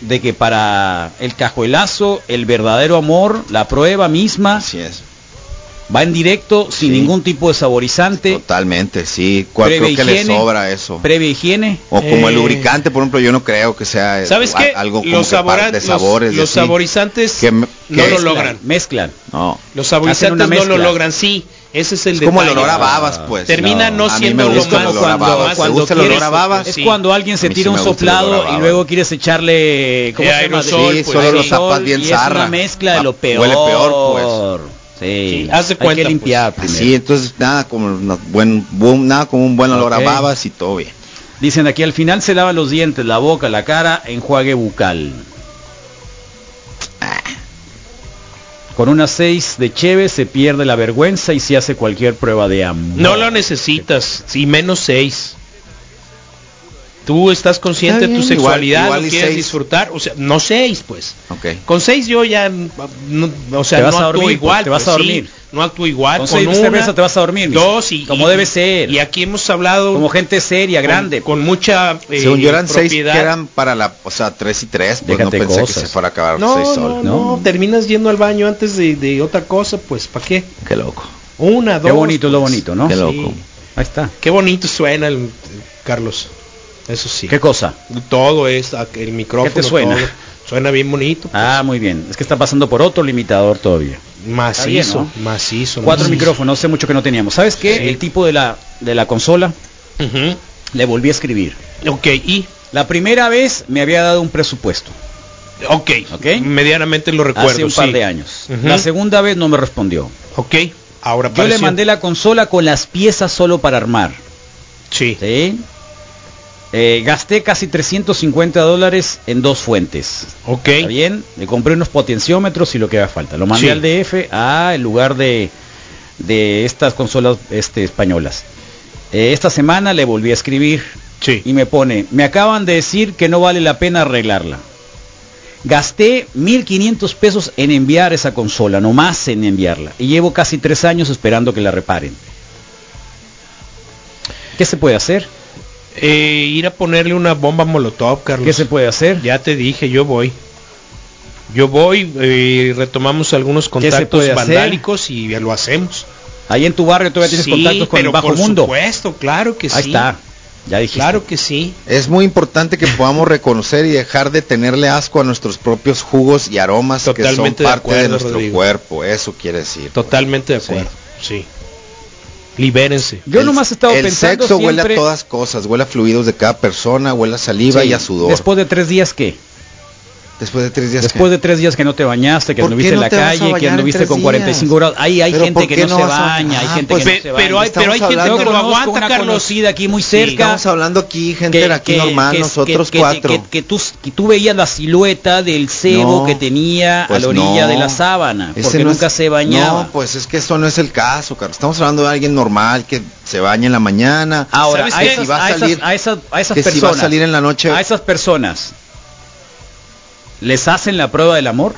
Speaker 3: de que para el cajuelazo, el verdadero amor, la prueba misma,
Speaker 4: Así es.
Speaker 3: va en directo
Speaker 4: Sí.
Speaker 3: sin ningún tipo de
Speaker 1: Este,
Speaker 3: saborizante,
Speaker 4: Totalmente, sí. Cual-
Speaker 3: Previa
Speaker 4: creo que le
Speaker 3: higiene.
Speaker 4: sobra eso.
Speaker 3: previa higiene.
Speaker 4: O como el
Speaker 1: Eh.
Speaker 4: lubricante, por ejemplo, yo no creo que sea eh,
Speaker 1: ¿Sabes
Speaker 4: a-
Speaker 1: qué?
Speaker 4: algo como
Speaker 1: los,
Speaker 4: que par-
Speaker 1: saboran-
Speaker 4: de
Speaker 1: los-
Speaker 4: sabores.
Speaker 1: los,
Speaker 4: de así.
Speaker 1: saborizantes
Speaker 4: Que me-
Speaker 1: no
Speaker 4: que-
Speaker 1: lo logran.
Speaker 3: Mezclan.
Speaker 4: No.
Speaker 1: Los
Speaker 3: Hacen una
Speaker 1: saborizantes no lo
Speaker 3: mezcla.
Speaker 1: logran, sí. Ese es el
Speaker 4: Es como el
Speaker 1: detalle.
Speaker 4: olor a babas, pues.
Speaker 1: Termina no
Speaker 4: a mí
Speaker 1: siendo
Speaker 4: me
Speaker 1: lo
Speaker 4: gusta el
Speaker 1: más
Speaker 4: olor a
Speaker 1: cuando-
Speaker 4: babas. ¿Te
Speaker 1: cuando
Speaker 4: gusta el olor
Speaker 1: quieres-
Speaker 4: a babas?
Speaker 3: Es
Speaker 1: Sí.
Speaker 3: cuando alguien se
Speaker 4: A mí
Speaker 3: tira
Speaker 4: sí
Speaker 3: un
Speaker 4: me gusta el olor a
Speaker 3: soplado y
Speaker 4: baba.
Speaker 3: luego quieres echarle ¿cómo
Speaker 1: Eh,
Speaker 3: se llama?
Speaker 1: aerosol,
Speaker 4: Sí, solo lo
Speaker 1: sí.
Speaker 4: tapas bien
Speaker 3: y Es
Speaker 4: zarra.
Speaker 3: una mezcla de
Speaker 4: Ah,
Speaker 3: lo peor. pues.
Speaker 4: Huele peor,
Speaker 3: Sí,
Speaker 1: Sí, haz de
Speaker 3: hay
Speaker 1: cuenta,
Speaker 3: que limpiar
Speaker 4: pues.
Speaker 3: primero.
Speaker 4: Así, entonces nada como una buen, buen- nada como un buen olor
Speaker 3: Ok.
Speaker 4: a babas y todo bien.
Speaker 3: Dicen aquí al final se lava los dientes, la boca, la cara, enjuague bucal.
Speaker 4: Ah,
Speaker 3: Con una 6 de cheve se pierde la vergüenza y se hace cualquier prueba de amor.
Speaker 1: No lo necesitas, y menos seis. Tú estás consciente
Speaker 4: Está
Speaker 1: de tu
Speaker 4: bien, igual-
Speaker 1: sexualidad,
Speaker 4: igual
Speaker 1: lo
Speaker 4: y
Speaker 1: quieres
Speaker 4: seis.
Speaker 1: disfrutar, o sea, no seis, pues.
Speaker 4: Ok.
Speaker 1: Con seis yo ya, mm, no, o sea,
Speaker 3: Te vas
Speaker 1: no
Speaker 3: a
Speaker 1: actúo
Speaker 3: dormir, pues,
Speaker 1: igual,
Speaker 3: te vas
Speaker 1: pues,
Speaker 3: a
Speaker 1: sí,
Speaker 3: dormir.
Speaker 1: no actúo igual.
Speaker 3: Con
Speaker 1: Con,
Speaker 3: seis
Speaker 1: una,
Speaker 3: cervezas te vas a dormir, mijo.
Speaker 1: dos y
Speaker 3: Como
Speaker 1: y-
Speaker 3: debe ser.
Speaker 1: Y aquí hemos hablado
Speaker 3: Como gente seria,
Speaker 1: con-
Speaker 3: grande.
Speaker 1: con mucha eh,
Speaker 4: Según yo eran seis que
Speaker 1: propiedad.
Speaker 4: eran para la, o sea, tres y tres, pues
Speaker 3: Déjate
Speaker 4: no pensé
Speaker 3: cosas.
Speaker 4: que se fuera a
Speaker 3: Ah,
Speaker 4: acabar
Speaker 3: pues
Speaker 1: No,
Speaker 4: seis
Speaker 1: no,
Speaker 4: solos.
Speaker 1: no, terminas yendo al baño antes de, de otra cosa, pues, ¿para qué?
Speaker 4: Qué loco.
Speaker 1: Una, dos. pues.
Speaker 3: Qué bonito es lo bonito, ¿no?
Speaker 4: Qué
Speaker 1: Sí.
Speaker 4: loco.
Speaker 3: Ahí está.
Speaker 1: Qué bonito suena el, Carlos. Eso sí.
Speaker 3: ¿Qué cosa?
Speaker 1: Todo es ac- el micrófono.
Speaker 3: ¿Qué te suena?
Speaker 1: todo. Suena bien bonito.
Speaker 3: Ah, muy bien. Es que está pasando por otro limitador todavía.
Speaker 1: Macizo,
Speaker 3: bien,
Speaker 1: macizo.
Speaker 3: Cuatro
Speaker 1: macizo.
Speaker 3: micrófonos, hace mucho que no teníamos. ¿Sabes qué?
Speaker 1: Sí.
Speaker 3: El tipo de la, de la consola
Speaker 1: Ujú.
Speaker 3: le volví a escribir.
Speaker 1: Ok, y.
Speaker 3: La primera vez me había dado un presupuesto,
Speaker 1: Ok.
Speaker 3: Ok.
Speaker 1: Medianamente lo recuerdo.
Speaker 3: hace un par
Speaker 1: sí.
Speaker 3: de años.
Speaker 1: Ujú.
Speaker 3: La segunda vez no me respondió.
Speaker 1: Ok. Ahora
Speaker 3: Yo le
Speaker 1: apareció.
Speaker 3: mandé la consola con las piezas solo para armar.
Speaker 1: Sí.
Speaker 3: ¿sí? Eh, gasté casi 350 dólares en dos fuentes.
Speaker 1: Ok.
Speaker 3: ¿Está bien? Le compré unos potenciómetros y lo que haga falta. Lo mandé
Speaker 1: Sí.
Speaker 3: al DF a el lugar de, de estas consolas este, españolas. Eh, esta semana le volví a escribir
Speaker 1: Sí.
Speaker 3: y me pone, me acaban de decir que no vale la pena arreglarla. Gasté 1.500 pesos en enviar esa consola, nomás en enviarla. Y llevo casi tres años esperando que la reparen. ¿Qué se puede hacer?
Speaker 1: Eh, ir a ponerle una bomba molotov, Carlos.
Speaker 3: ¿Qué se puede hacer?
Speaker 1: Pues, Ya te dije, yo voy. Yo voy, eh, retomamos algunos
Speaker 3: se puede
Speaker 1: contactos
Speaker 3: hacer?
Speaker 1: vandálicos y ya lo hacemos.
Speaker 3: Ahí en tu barrio todavía tienes
Speaker 1: Sí,
Speaker 3: contactos con el
Speaker 1: pero
Speaker 3: bajo
Speaker 1: por
Speaker 3: mundo.
Speaker 1: supuesto, claro que
Speaker 3: Ahí
Speaker 1: sí.
Speaker 3: está. Ya dijiste.
Speaker 1: Claro que sí.
Speaker 4: Es muy importante que podamos reconocer y dejar de tenerle asco a nuestros propios jugos y aromas
Speaker 1: Totalmente
Speaker 4: que
Speaker 1: de
Speaker 4: son parte de,
Speaker 1: acuerdo,
Speaker 4: nuestro
Speaker 1: Rodrigo.
Speaker 4: cuerpo. Eso quiere decir. pues.
Speaker 1: Totalmente de acuerdo. Sí. Libérense.
Speaker 3: Yo
Speaker 4: El-
Speaker 3: nomás he estado
Speaker 4: el
Speaker 3: pensando
Speaker 4: sexo
Speaker 3: siempre,
Speaker 4: huele a todas cosas, huele a fluidos de cada persona, huele a saliva
Speaker 3: Sí,
Speaker 4: y a sudor. Después,
Speaker 3: Después de tres días qué?
Speaker 4: de tres días.
Speaker 3: Después
Speaker 4: ¿qué?
Speaker 3: de tres días que no te bañaste, que
Speaker 4: ¿Por
Speaker 3: anduviste
Speaker 4: qué no
Speaker 3: en la
Speaker 4: te vas a
Speaker 3: calle, que
Speaker 4: bañar en
Speaker 3: anduviste
Speaker 4: tres
Speaker 3: con
Speaker 4: días?
Speaker 3: 45 grados. Ahí hay
Speaker 4: Pero
Speaker 3: gente
Speaker 4: ¿por
Speaker 3: que
Speaker 4: qué
Speaker 3: no,
Speaker 4: no
Speaker 3: se
Speaker 4: vas a-
Speaker 3: baña, hay
Speaker 4: Ah,
Speaker 3: gente
Speaker 4: pues,
Speaker 3: que
Speaker 1: pe-
Speaker 3: no se baña.
Speaker 1: pero hay- pero
Speaker 3: Estamos
Speaker 1: hay gente
Speaker 3: hablando- yo
Speaker 1: que lo
Speaker 3: conozco
Speaker 1: aguanta,
Speaker 3: una
Speaker 1: Carlos.
Speaker 3: conocida aquí muy
Speaker 1: Sí,
Speaker 3: cerca.
Speaker 4: Estamos hablando aquí, gente, de aquí normal,
Speaker 3: que-
Speaker 4: nosotros
Speaker 3: que- que-
Speaker 4: cuatro.
Speaker 3: Que, que tú, que tú veías la silueta del cebo
Speaker 4: No,
Speaker 3: que tenía a
Speaker 4: Pues
Speaker 3: la orilla
Speaker 4: no.
Speaker 3: de la sábana,
Speaker 4: Ese
Speaker 3: porque
Speaker 4: no
Speaker 3: nunca
Speaker 4: es-
Speaker 3: se bañaba.
Speaker 4: No, pues es que eso no es el caso, Carlos. Estamos hablando de alguien normal que se baña en la mañana.
Speaker 3: Ahora,
Speaker 4: que
Speaker 3: a esas,
Speaker 4: si va
Speaker 3: a
Speaker 4: a
Speaker 3: esas-
Speaker 4: salir,
Speaker 3: a esas- a esas
Speaker 4: que si va a
Speaker 3: personas,
Speaker 4: salir en la noche.
Speaker 3: a esas personas, ¿les hacen la prueba del amor?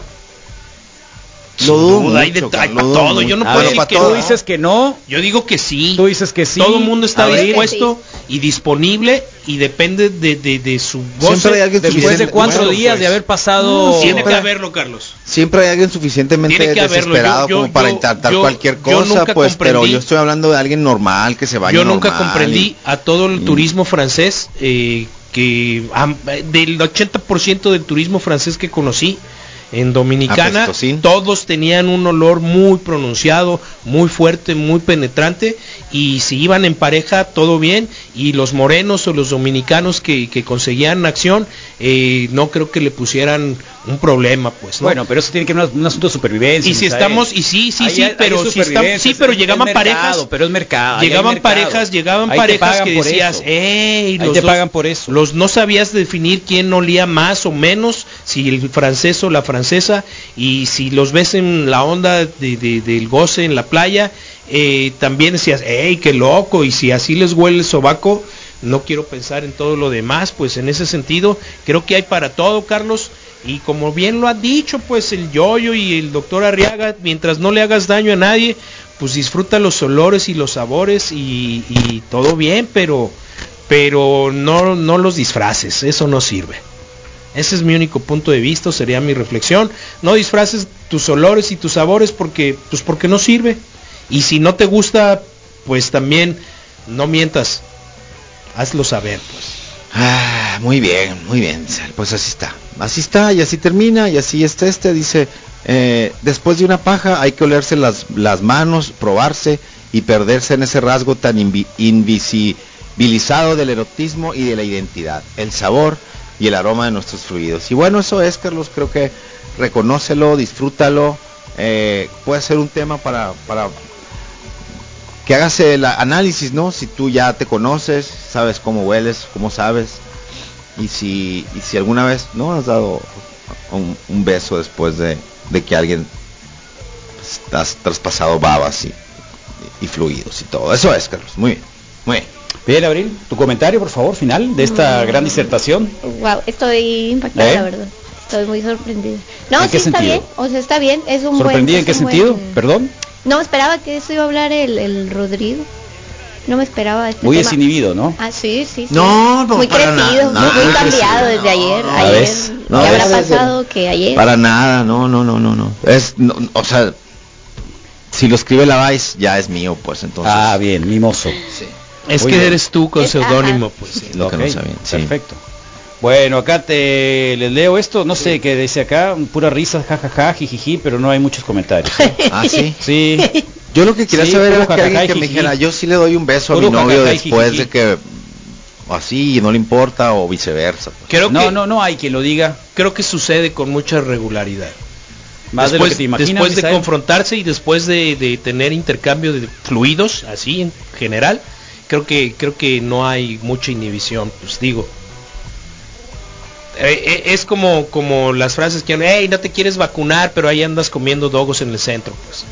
Speaker 4: Lo dudo
Speaker 1: duda, hay
Speaker 4: mucho,
Speaker 1: de- hay
Speaker 4: Carlos,
Speaker 1: pa'
Speaker 4: lo dudo
Speaker 1: todo, yo no
Speaker 4: mucho.
Speaker 3: A
Speaker 1: puedo
Speaker 3: ver,
Speaker 1: decir que
Speaker 3: tú
Speaker 1: no.
Speaker 3: dices que no,
Speaker 1: Yo digo que sí.
Speaker 3: tú dices que sí.
Speaker 1: Todo el mundo está
Speaker 3: A ver,
Speaker 6: dispuesto.
Speaker 1: dispuesto y disponible y depende de, de- de su voz.
Speaker 4: Siempre hay alguien
Speaker 3: Después de
Speaker 4: suficiente-
Speaker 3: cuatro
Speaker 4: bueno,
Speaker 3: días
Speaker 4: pues.
Speaker 3: de haber pasado...
Speaker 1: Tiene que
Speaker 4: Siempre-
Speaker 1: haberlo, Carlos.
Speaker 4: Siempre hay alguien suficientemente
Speaker 1: Tiene que haberlo.
Speaker 4: desesperado
Speaker 1: Yo- yo-
Speaker 4: como para
Speaker 1: yo-
Speaker 4: intentar
Speaker 1: yo-
Speaker 4: cualquier
Speaker 1: yo
Speaker 4: cosa,
Speaker 1: nunca
Speaker 4: pues, pero
Speaker 1: comprendí-
Speaker 4: yo estoy hablando de alguien normal que se baña
Speaker 1: Yo nunca
Speaker 4: normal Mm.
Speaker 1: comprendí a todo el turismo francés eh, que am- del 80% del turismo francés que conocí en Dominicana
Speaker 4: Apestosín.
Speaker 1: todos tenían un olor muy pronunciado, muy fuerte, muy penetrante y si iban en pareja todo bien y los morenos o los dominicanos que, que conseguían acción eh, no creo que le pusieran un problema pues ¿no?
Speaker 3: Bueno, pero eso tiene que ver con un asunto de supervivencia.
Speaker 1: y si
Speaker 3: Misael.
Speaker 1: estamos y sí sí
Speaker 3: Ahí
Speaker 1: sí
Speaker 3: hay-
Speaker 1: pero
Speaker 3: ahí hay
Speaker 1: sí, estamos-
Speaker 3: supervivencia,
Speaker 1: sí
Speaker 3: es-
Speaker 1: pero
Speaker 3: es
Speaker 1: llegaban
Speaker 3: mercado,
Speaker 1: parejas
Speaker 3: pero es mercado. ahí hay
Speaker 1: llegaban
Speaker 3: mercado.
Speaker 1: parejas llegaban
Speaker 3: Ahí te
Speaker 1: parejas
Speaker 3: pagan
Speaker 1: que
Speaker 3: por
Speaker 1: decías
Speaker 3: eso.
Speaker 1: "Ey,
Speaker 3: Ahí
Speaker 1: los
Speaker 3: te
Speaker 1: dos-
Speaker 3: pagan por eso.
Speaker 1: los no sabías definir quién olía más o menos, si el francés o la francesa, y si los ves en la onda de- de- del goce en la playa, eh, también decías, ¡ey, qué loco! Y si así les huele el sobaco, no quiero pensar en todo lo demás, pues en ese sentido, creo que hay para todo, Carlos. Y como bien lo ha dicho, pues el yoyo y el doctor Arriaga, mientras no le hagas daño a nadie, pues disfruta los olores y los sabores y- y todo bien, pero pero no, no los disfraces, eso no sirve. Ese es mi único punto de vista, sería mi reflexión. No disfraces tus olores y tus sabores porque, pues porque no sirve. Y si no te gusta, pues también no mientas. Hazlo saber, pues.
Speaker 4: Ah, muy bien, muy bien. Misael. Pues así está. Así está y así termina y así está este. Dice, eh, después de una paja hay que olerse las, las manos, probarse y perderse en ese rasgo tan invi- invisibilizado del erotismo y de la identidad, el sabor y el aroma de nuestros fluidos. Y bueno, eso es, Carlos, creo que reconócelo, disfrútalo. eh, puede ser un tema para, para que hagas el a- análisis, ¿no? Si tú ya te conoces, sabes cómo hueles, cómo sabes, y si, y si alguna vez no has dado un, un beso después de, de que alguien pues, has traspasado babas y, y fluidos y todo. Eso es, Carlos. Muy bien, muy bien.
Speaker 3: Bien, Abril, tu comentario, por favor, final de esta
Speaker 6: Mm.
Speaker 3: gran disertación.
Speaker 6: Wow, estoy impactada,
Speaker 3: ¿Eh?
Speaker 6: la verdad. Estoy muy sorprendida. No,
Speaker 3: ¿En
Speaker 6: sí
Speaker 3: qué
Speaker 6: está
Speaker 3: sentido?
Speaker 6: bien, o sea, está bien, es un
Speaker 3: ¿Sorprendida
Speaker 6: buen...
Speaker 3: en qué
Speaker 6: es un
Speaker 3: sentido?
Speaker 6: buen-
Speaker 3: Perdón.
Speaker 6: No, esperaba que eso iba a hablar el, el Rodrigo. No me esperaba este
Speaker 3: Muy
Speaker 6: tema.
Speaker 3: desinhibido, ¿no?
Speaker 6: Ah, sí, sí, sí.
Speaker 4: No, no,
Speaker 6: Muy
Speaker 4: para
Speaker 6: crecido,
Speaker 4: nada,
Speaker 6: muy
Speaker 4: no,
Speaker 6: cambiado
Speaker 4: crecido,
Speaker 6: desde ayer.
Speaker 4: no,
Speaker 6: ayer,
Speaker 3: ¿ves?
Speaker 4: No,
Speaker 6: ¿qué habrá
Speaker 4: ves, desde-
Speaker 6: pasado que ayer?
Speaker 4: Para nada, no, no, no, no, no. Es, no, o sea, si lo escribe la Vice ya es mío, pues entonces.
Speaker 3: Ah, bien, mimoso.
Speaker 1: Es
Speaker 3: Muy
Speaker 1: que
Speaker 3: bien.
Speaker 1: eres tú con
Speaker 6: Es- ajá.
Speaker 1: seudónimo, pues.
Speaker 4: Lo que no
Speaker 3: Ok,
Speaker 4: sabían, sí.
Speaker 3: Perfecto. Bueno, acá te les leo esto, no sé qué dice acá, pura risa, jajaja, jijiji, pero no hay muchos comentarios. ¿eh?
Speaker 4: Ah, *laughs*
Speaker 3: *laughs*
Speaker 4: sí.
Speaker 3: Sí.
Speaker 4: Yo lo que quería
Speaker 3: Sí,
Speaker 4: saber
Speaker 3: puro
Speaker 4: era que alguien que
Speaker 3: jajajá,
Speaker 4: me
Speaker 3: jijiji.
Speaker 4: dijera, yo sí le doy un beso a mi
Speaker 3: Puro
Speaker 4: novio
Speaker 3: jajajá,
Speaker 4: después
Speaker 3: jijiji.
Speaker 4: de que o así y no le importa o viceversa. pues.
Speaker 1: Creo,
Speaker 3: no,
Speaker 1: que,
Speaker 3: no, no hay quien lo diga.
Speaker 1: creo que sucede con mucha regularidad.
Speaker 3: Más
Speaker 1: después
Speaker 3: de lo que te imaginas.
Speaker 1: después de
Speaker 3: Misael.
Speaker 1: confrontarse y después de, de tener intercambio de fluidos, así en general, creo que creo que no hay mucha inhibición, pues digo. Eh, eh, es como como las frases que, hey, no te quieres vacunar, pero ahí andas comiendo dogos en el centro, pues.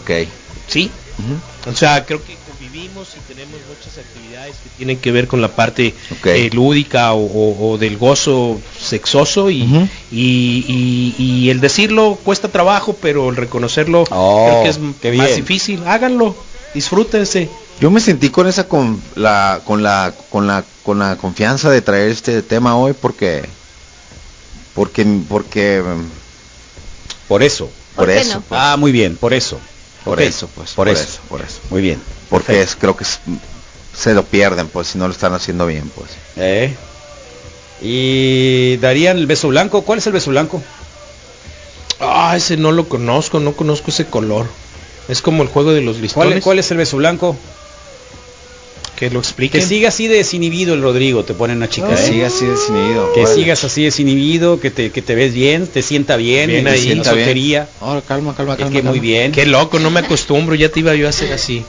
Speaker 4: Ok.
Speaker 1: Sí,
Speaker 4: Ujú.
Speaker 1: o sea, creo que convivimos y tenemos muchas actividades que tienen que ver con la parte
Speaker 4: Ok.
Speaker 1: eh, lúdica o, o- o del gozo sexoso y,
Speaker 4: Ujú.
Speaker 1: y- y- y el decirlo cuesta trabajo, pero el reconocerlo
Speaker 3: Oh,
Speaker 1: creo que es
Speaker 3: qué
Speaker 1: más
Speaker 3: bien.
Speaker 1: difícil. Háganlo, disfrútense.
Speaker 4: Yo me sentí con esa con la con la con la con la confianza de traer este tema hoy porque porque porque mm,
Speaker 3: Por eso.
Speaker 4: por
Speaker 6: ¿Por qué
Speaker 4: eso,
Speaker 6: no?
Speaker 4: pues,
Speaker 3: Ah, muy bien, por eso.
Speaker 4: por
Speaker 3: Ok,
Speaker 4: eso, pues,
Speaker 3: Por, eso.
Speaker 4: por eso.
Speaker 3: Muy bien.
Speaker 4: Porque es creo que es- se lo pierden, pues si no lo están haciendo bien, pues.
Speaker 3: Eh. Y darían el beso blanco. ¿Cuál es el beso blanco?
Speaker 1: Ah, ese no lo conozco, no conozco ese color. Es como el juego de los
Speaker 3: ¿Cuál,
Speaker 1: listones.
Speaker 3: cuál es el beso blanco?
Speaker 1: Que lo explique.
Speaker 3: Que siga así de desinhibido el Rodrigo, te pone una chica.
Speaker 4: Que
Speaker 3: ¿eh?
Speaker 4: Ah, siga así desinhibido. pues.
Speaker 3: Que
Speaker 4: órale.
Speaker 3: sigas así desinhibido, que te, que te ves bien, te sienta bien,
Speaker 1: Bien
Speaker 3: en
Speaker 1: ahí,
Speaker 3: en la
Speaker 4: Está bien.
Speaker 3: soltería.
Speaker 4: Ahora calma, calma,
Speaker 3: Es
Speaker 4: calma.
Speaker 3: que muy
Speaker 4: calma.
Speaker 3: bien.
Speaker 1: Qué loco, no me acostumbro, ya te iba yo a hacer así.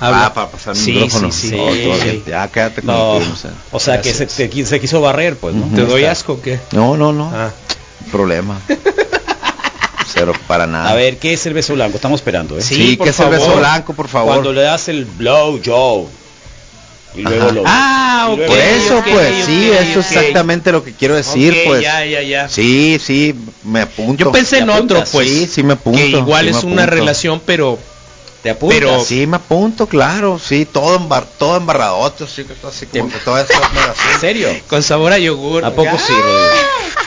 Speaker 1: Habla.
Speaker 4: Ah, para pasar el
Speaker 1: Sí,
Speaker 4: micrófono.
Speaker 1: sí, sí.
Speaker 4: Oh, todo
Speaker 3: Sí.
Speaker 4: bien. Ya quédate con
Speaker 3: No,
Speaker 4: el primo, o sea.
Speaker 3: o sea, que se,
Speaker 1: Gracias.
Speaker 3: te qui- se quiso barrer, pues, ¿no?
Speaker 4: Ujú.
Speaker 1: ¿Te
Speaker 4: ¿Cómo
Speaker 1: doy
Speaker 4: está?
Speaker 1: asco o qué?
Speaker 4: No, no, no.
Speaker 1: Ah.
Speaker 4: *laughs* Problema. Cero para nada.
Speaker 3: A ver, ¿qué es el beso blanco? Estamos esperando, ¿eh?
Speaker 1: Sí,
Speaker 4: sí,
Speaker 1: por
Speaker 4: que es el beso
Speaker 1: favor.
Speaker 4: blanco, por favor.
Speaker 3: Cuando le das el blow job y luego
Speaker 4: Ajá.
Speaker 3: lo...
Speaker 1: Ah,
Speaker 3: Y
Speaker 1: ok,
Speaker 3: luego-
Speaker 4: Por eso,
Speaker 1: ok,
Speaker 4: pues,
Speaker 1: ok,
Speaker 4: sí,
Speaker 1: ok,
Speaker 4: eso es
Speaker 1: ok.
Speaker 4: exactamente lo que quiero decir,
Speaker 1: Ok,
Speaker 4: pues.
Speaker 1: Ya, ya, ya.
Speaker 4: Sí, sí, me apunto.
Speaker 1: Yo pensé
Speaker 3: ¿Te
Speaker 1: en
Speaker 3: apuntas?
Speaker 1: otro, pues.
Speaker 4: Sí, sí me apunto,
Speaker 1: Que igual
Speaker 4: sí me
Speaker 1: es una
Speaker 4: apunto.
Speaker 1: relación, pero
Speaker 3: ¿Te apuntas?
Speaker 1: pero-
Speaker 4: Sí, me apunto, claro, sí, todo embar todo embarradote, sí, que todo así como
Speaker 1: Em-
Speaker 4: que todo eso
Speaker 3: ¿En serio?
Speaker 1: con sabor a yogur.
Speaker 3: ¿A poco
Speaker 1: Ah,
Speaker 3: sí, Rodrigo?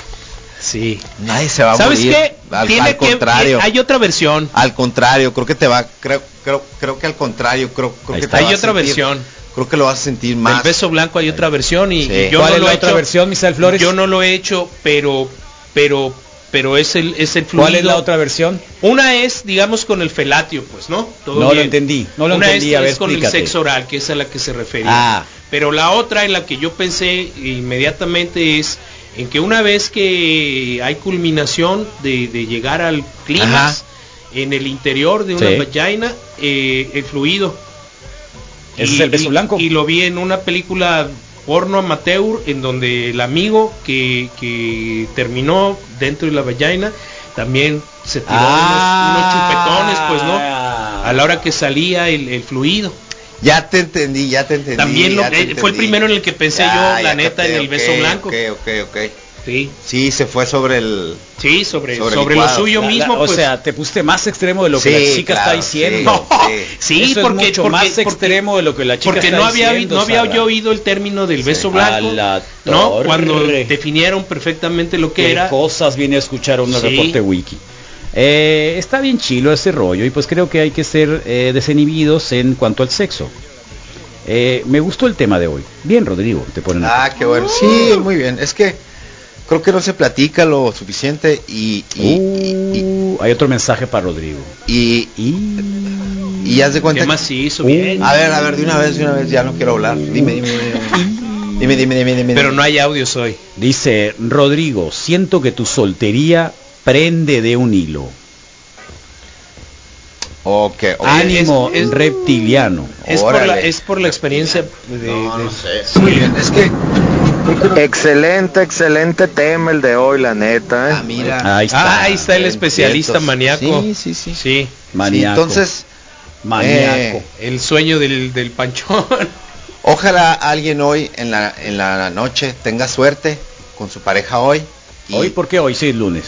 Speaker 1: Sí.
Speaker 4: Nadie se va a
Speaker 1: ¿Sabes
Speaker 4: morir.
Speaker 1: qué?
Speaker 4: Al,
Speaker 1: Tiene
Speaker 4: al
Speaker 1: que- eh,
Speaker 4: contrario.
Speaker 1: Hay otra versión.
Speaker 4: Al contrario, creo que te va, creo, creo, creo que al contrario, creo, creo
Speaker 3: Ahí
Speaker 4: que
Speaker 3: está.
Speaker 4: te va
Speaker 1: Hay
Speaker 4: a
Speaker 1: otra
Speaker 4: sentir-
Speaker 1: versión.
Speaker 4: Creo que lo vas a sentir
Speaker 1: El
Speaker 4: más.
Speaker 1: beso blanco hay otra versión y,
Speaker 4: Sí.
Speaker 1: y yo
Speaker 3: ¿Cuál
Speaker 1: no
Speaker 3: es
Speaker 1: lo
Speaker 3: la
Speaker 1: he
Speaker 3: otra
Speaker 1: hecho.
Speaker 3: versión, Misael Flores?
Speaker 1: Yo no lo he hecho, pero pero pero es el, es el fluido.
Speaker 3: ¿Cuál es la otra versión?
Speaker 1: Una es, digamos, con el felatio, pues, ¿no?
Speaker 3: No lo entendí, no lo
Speaker 1: Una
Speaker 3: entendí,
Speaker 1: es,
Speaker 3: a ver,
Speaker 1: es con el
Speaker 3: explícate.
Speaker 1: sexo oral, que es a la que se refería.
Speaker 3: Ah.
Speaker 1: Pero la otra en la que yo pensé inmediatamente es en que una vez que hay culminación de, de llegar al clima
Speaker 3: Ajá.
Speaker 1: en el interior de una
Speaker 3: Sí.
Speaker 1: vagina, eh, el fluido.
Speaker 3: Ese
Speaker 1: Y-
Speaker 3: es el beso
Speaker 1: y-
Speaker 3: blanco.
Speaker 1: Y lo vi en una película porno amateur en donde el amigo que, que terminó dentro de la vagina también se tiró unos-
Speaker 3: Ah.
Speaker 1: unos, chupetones, pues no, a la hora que salía el, el fluido.
Speaker 4: Ya te entendí, ya te entendí.
Speaker 1: También lo-
Speaker 4: ya te
Speaker 1: eh, fue
Speaker 4: entendí.
Speaker 1: el
Speaker 4: Ah,
Speaker 1: primero en el que pensé yo, la neta, en el
Speaker 4: ok,
Speaker 1: beso blanco.
Speaker 4: Ok, ok, ok.
Speaker 1: Sí,
Speaker 4: Sí, se fue sobre el...
Speaker 1: sí, sobre,
Speaker 4: Sobre
Speaker 1: sobre, lo
Speaker 4: licuado.
Speaker 1: suyo
Speaker 3: La- la-
Speaker 1: mismo,
Speaker 3: o
Speaker 1: pues.
Speaker 3: sea, te pusiste más extremo de lo que
Speaker 4: Sí,
Speaker 3: la chica
Speaker 4: claro,
Speaker 3: está diciendo.
Speaker 1: no, *laughs* sí,
Speaker 3: Eso es
Speaker 1: porque,
Speaker 3: mucho
Speaker 1: porque-
Speaker 3: más
Speaker 1: porque-
Speaker 3: extremo de lo que la chica
Speaker 1: porque
Speaker 3: está
Speaker 1: no había
Speaker 3: diciendo,
Speaker 1: no había
Speaker 3: Sara.
Speaker 1: yo oído el término del beso blanco
Speaker 3: A la
Speaker 1: no
Speaker 3: torre.
Speaker 1: cuando definieron perfectamente lo que
Speaker 3: Qué
Speaker 1: era
Speaker 3: cosas viene a escuchar un
Speaker 1: Sí.
Speaker 3: reporte wiki. Eh, está bien chilo ese rollo y pues creo que hay que ser eh, desinhibidos en cuanto al sexo. Eh, me gustó el tema de hoy. Bien, Rodrigo, te ponen aquí.
Speaker 4: Ah, qué bueno.
Speaker 1: Uh.
Speaker 4: Sí, muy bien. Es que creo que no se platica lo suficiente y... y, y,
Speaker 3: Uh, hay otro mensaje para Rodrigo.
Speaker 4: y,
Speaker 1: Uh.
Speaker 4: y-
Speaker 3: Y...
Speaker 4: y haz de cuenta... Uh,
Speaker 1: qué
Speaker 4: que-
Speaker 1: macizo bien
Speaker 3: Ah,
Speaker 4: A ver, a ver, de una vez, de una vez, ya no quiero hablar. Dime, dime, dime.
Speaker 1: *laughs*
Speaker 4: Dime, dime, dime, dime, dime.
Speaker 1: pero no hay audios hoy
Speaker 3: Dice, Rodrigo, siento que tu soltería prende de un hilo.
Speaker 4: Ok, ok.
Speaker 3: Ánimo
Speaker 1: es- es-
Speaker 3: reptiliano.
Speaker 1: es por, la,
Speaker 4: Órale.
Speaker 1: es por la experiencia de, de-
Speaker 4: Sí, es que...
Speaker 7: Excelente, excelente tema el de hoy, la neta. ¿eh?
Speaker 4: Ah, mira.
Speaker 3: Ahí
Speaker 1: Ah,
Speaker 3: está.
Speaker 1: ahí está el especialista
Speaker 4: Vientos.
Speaker 1: maníaco
Speaker 4: Sí, sí, Oh. sí.
Speaker 1: sí
Speaker 4: Sí,
Speaker 3: Maníaco.
Speaker 4: entonces,
Speaker 3: maníaco.
Speaker 4: eh,
Speaker 1: el sueño del, del panchón
Speaker 4: ojalá alguien hoy en la, en la noche tenga suerte con su pareja hoy. y-
Speaker 3: Hoy, ¿por qué hoy? Sí, lunes.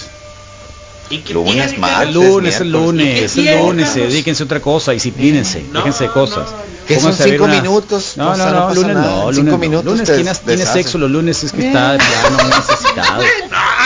Speaker 1: ¿Y qué tiene
Speaker 4: Ah, lunes,
Speaker 1: que
Speaker 4: martes,
Speaker 3: El lunes, el
Speaker 4: miércoles.
Speaker 1: ¿Y qué
Speaker 3: lunes, el
Speaker 1: tiene,
Speaker 3: lunes,
Speaker 1: Carlos?
Speaker 3: dedíquense a otra cosa, disciplínense,
Speaker 1: No,
Speaker 3: déjense cosas.
Speaker 1: no, no.
Speaker 4: Que son
Speaker 3: Pónganse a ver
Speaker 4: cinco minutos,
Speaker 3: No,
Speaker 4: no,
Speaker 3: no,
Speaker 4: o sea,
Speaker 3: no,
Speaker 4: no pasa
Speaker 3: lunes
Speaker 4: nada,
Speaker 3: no,
Speaker 4: en
Speaker 3: lunes
Speaker 4: cinco
Speaker 3: no.
Speaker 4: minutos
Speaker 3: lunes
Speaker 4: te Eh.
Speaker 3: quien has- tiene
Speaker 4: deshacen.
Speaker 3: sexo los lunes es que está de plano
Speaker 4: *laughs*
Speaker 3: muy necesitado.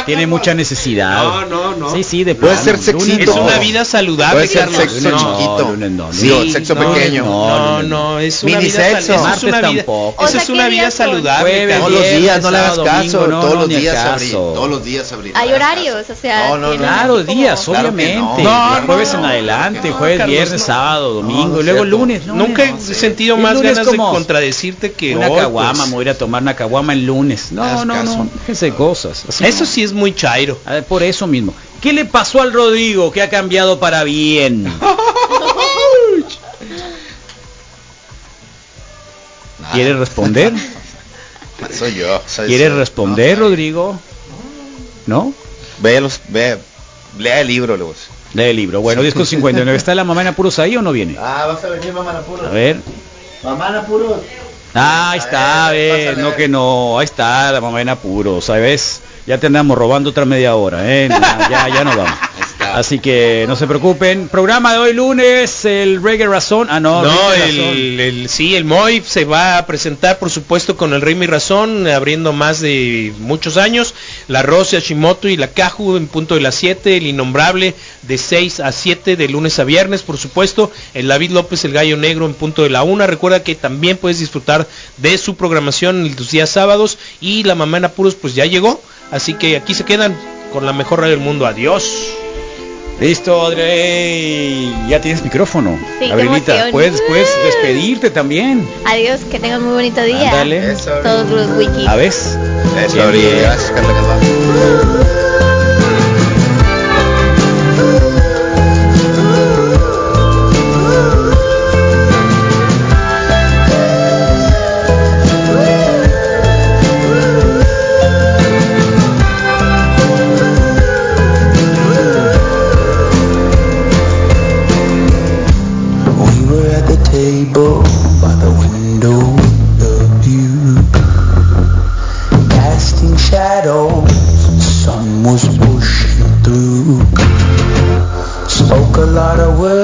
Speaker 3: Tiene mucha necesidad.
Speaker 1: No, no, no.
Speaker 3: Sí, sí, de
Speaker 4: Puede
Speaker 3: plano,
Speaker 4: ser
Speaker 3: lunes
Speaker 4: sexito.
Speaker 1: es
Speaker 3: no.
Speaker 1: una vida saludable
Speaker 4: Puede ser
Speaker 1: Carlos.
Speaker 4: sexo
Speaker 1: no,
Speaker 4: chiquito.
Speaker 3: lunes no,
Speaker 4: Sí,
Speaker 3: lunes
Speaker 4: o sexo
Speaker 3: no,
Speaker 4: pequeño.
Speaker 1: no, no,
Speaker 3: lunes no.
Speaker 1: es una vida
Speaker 4: Minisexo.
Speaker 1: sal- eso es
Speaker 3: Martes
Speaker 1: una vida,
Speaker 3: tampoco.
Speaker 1: eso
Speaker 6: O sea,
Speaker 1: es una
Speaker 6: ¿qué
Speaker 1: vida
Speaker 6: días son?
Speaker 1: saludable
Speaker 3: Jueves,
Speaker 1: Carlos.
Speaker 4: Todos los
Speaker 3: Viernes,
Speaker 4: días, no le hagas
Speaker 3: sábado,
Speaker 4: caso,
Speaker 3: domingo, no,
Speaker 4: todos
Speaker 3: no,
Speaker 4: los
Speaker 3: ni al
Speaker 4: días,
Speaker 3: caso.
Speaker 4: Abril, todos los días, Abril.
Speaker 6: Hay
Speaker 4: no le hagas caso.
Speaker 6: horarios, o sea,
Speaker 4: No, no,
Speaker 6: tienen
Speaker 4: no.
Speaker 3: Claro,
Speaker 6: así como-
Speaker 3: días,
Speaker 4: Claro que
Speaker 3: obviamente.
Speaker 4: no.
Speaker 1: No,
Speaker 3: jueves
Speaker 1: no,
Speaker 3: en
Speaker 1: no,
Speaker 3: adelante,
Speaker 1: no,
Speaker 3: jueves,
Speaker 1: Carlos,
Speaker 3: viernes,
Speaker 1: no.
Speaker 3: sábado, domingo,
Speaker 4: no es
Speaker 3: luego
Speaker 4: cierto.
Speaker 3: lunes. no,
Speaker 1: Nunca
Speaker 3: no,
Speaker 1: he sentido
Speaker 3: El
Speaker 1: más
Speaker 3: lunes
Speaker 1: ganas de
Speaker 3: como-
Speaker 1: contradecirte que
Speaker 3: una
Speaker 1: hoy,
Speaker 3: caguama,
Speaker 1: pues.
Speaker 3: me voy a ir a tomar una caguama el lunes. No,
Speaker 4: Haz
Speaker 3: no,
Speaker 4: caso.
Speaker 3: no, déjense cosas. Así
Speaker 1: Eso
Speaker 3: no.
Speaker 1: sí es muy chairo.
Speaker 3: A ver, por eso mismo. ¿Qué le pasó al Rodrigo que ha cambiado para
Speaker 1: *laughs*
Speaker 3: bien? ¿Quieres
Speaker 1: *laughs*
Speaker 3: responder?
Speaker 4: Soy yo. soy-
Speaker 3: ¿Quieres
Speaker 4: soy-
Speaker 3: responder,
Speaker 4: no.
Speaker 3: Rodrigo? ¿No?
Speaker 4: Ve los, ve, lea el libro, Luz.
Speaker 3: Lee el libro. Bueno, 10 con 59. ¿Está la mamá en apuros ahí o no viene?
Speaker 4: Ah, vas a venir, mamá
Speaker 3: A
Speaker 4: Napuro.
Speaker 3: ver.
Speaker 4: Mamá Napuro.
Speaker 3: Ah, ahí está,
Speaker 4: A ver,
Speaker 3: ves,
Speaker 4: pásale, a
Speaker 3: no
Speaker 4: ver.
Speaker 3: que no, ahí está la mamá en apuros, ¿sabes? Ya te andamos robando otra media hora, ¿eh? No, ya, ya nos vamos.
Speaker 4: está.
Speaker 3: Así que no se preocupen. Programa de hoy lunes, el Reggae Razón. Ah, no,
Speaker 1: No,
Speaker 3: Reggae Razón.
Speaker 1: el, el- sí, el Moy se va a presentar, por supuesto, con el Rey Mi Razón, abriendo más de muchos años. La Rose Hashimoto y la Caju en punto de las 7, el Innombrable de 6 a 7, de lunes a viernes, por supuesto. El David López, el Gallo Negro en punto de la 1. Recuerda que también puedes disfrutar de su programación en tus días sábados. Y la Mamá en Apuros, pues ya llegó. Así que aquí se quedan con la mejor radio del mundo. Adiós.
Speaker 3: Listo, Audrey. Ya tienes micrófono.
Speaker 6: Sí, qué
Speaker 3: Abrilita,
Speaker 6: emoción. Uh.
Speaker 3: puedes, puedes despedirte también.
Speaker 6: Adiós, que tengan muy bonito día.
Speaker 3: Ándale.
Speaker 4: Eso, Abril.
Speaker 6: Todos los wikis.
Speaker 3: A ver.
Speaker 4: Eso, Abril. Gracias, Carla Cabal.
Speaker 8: We were at the table by the window of you Casting shadows, sun was pushing through Spoke a lot of words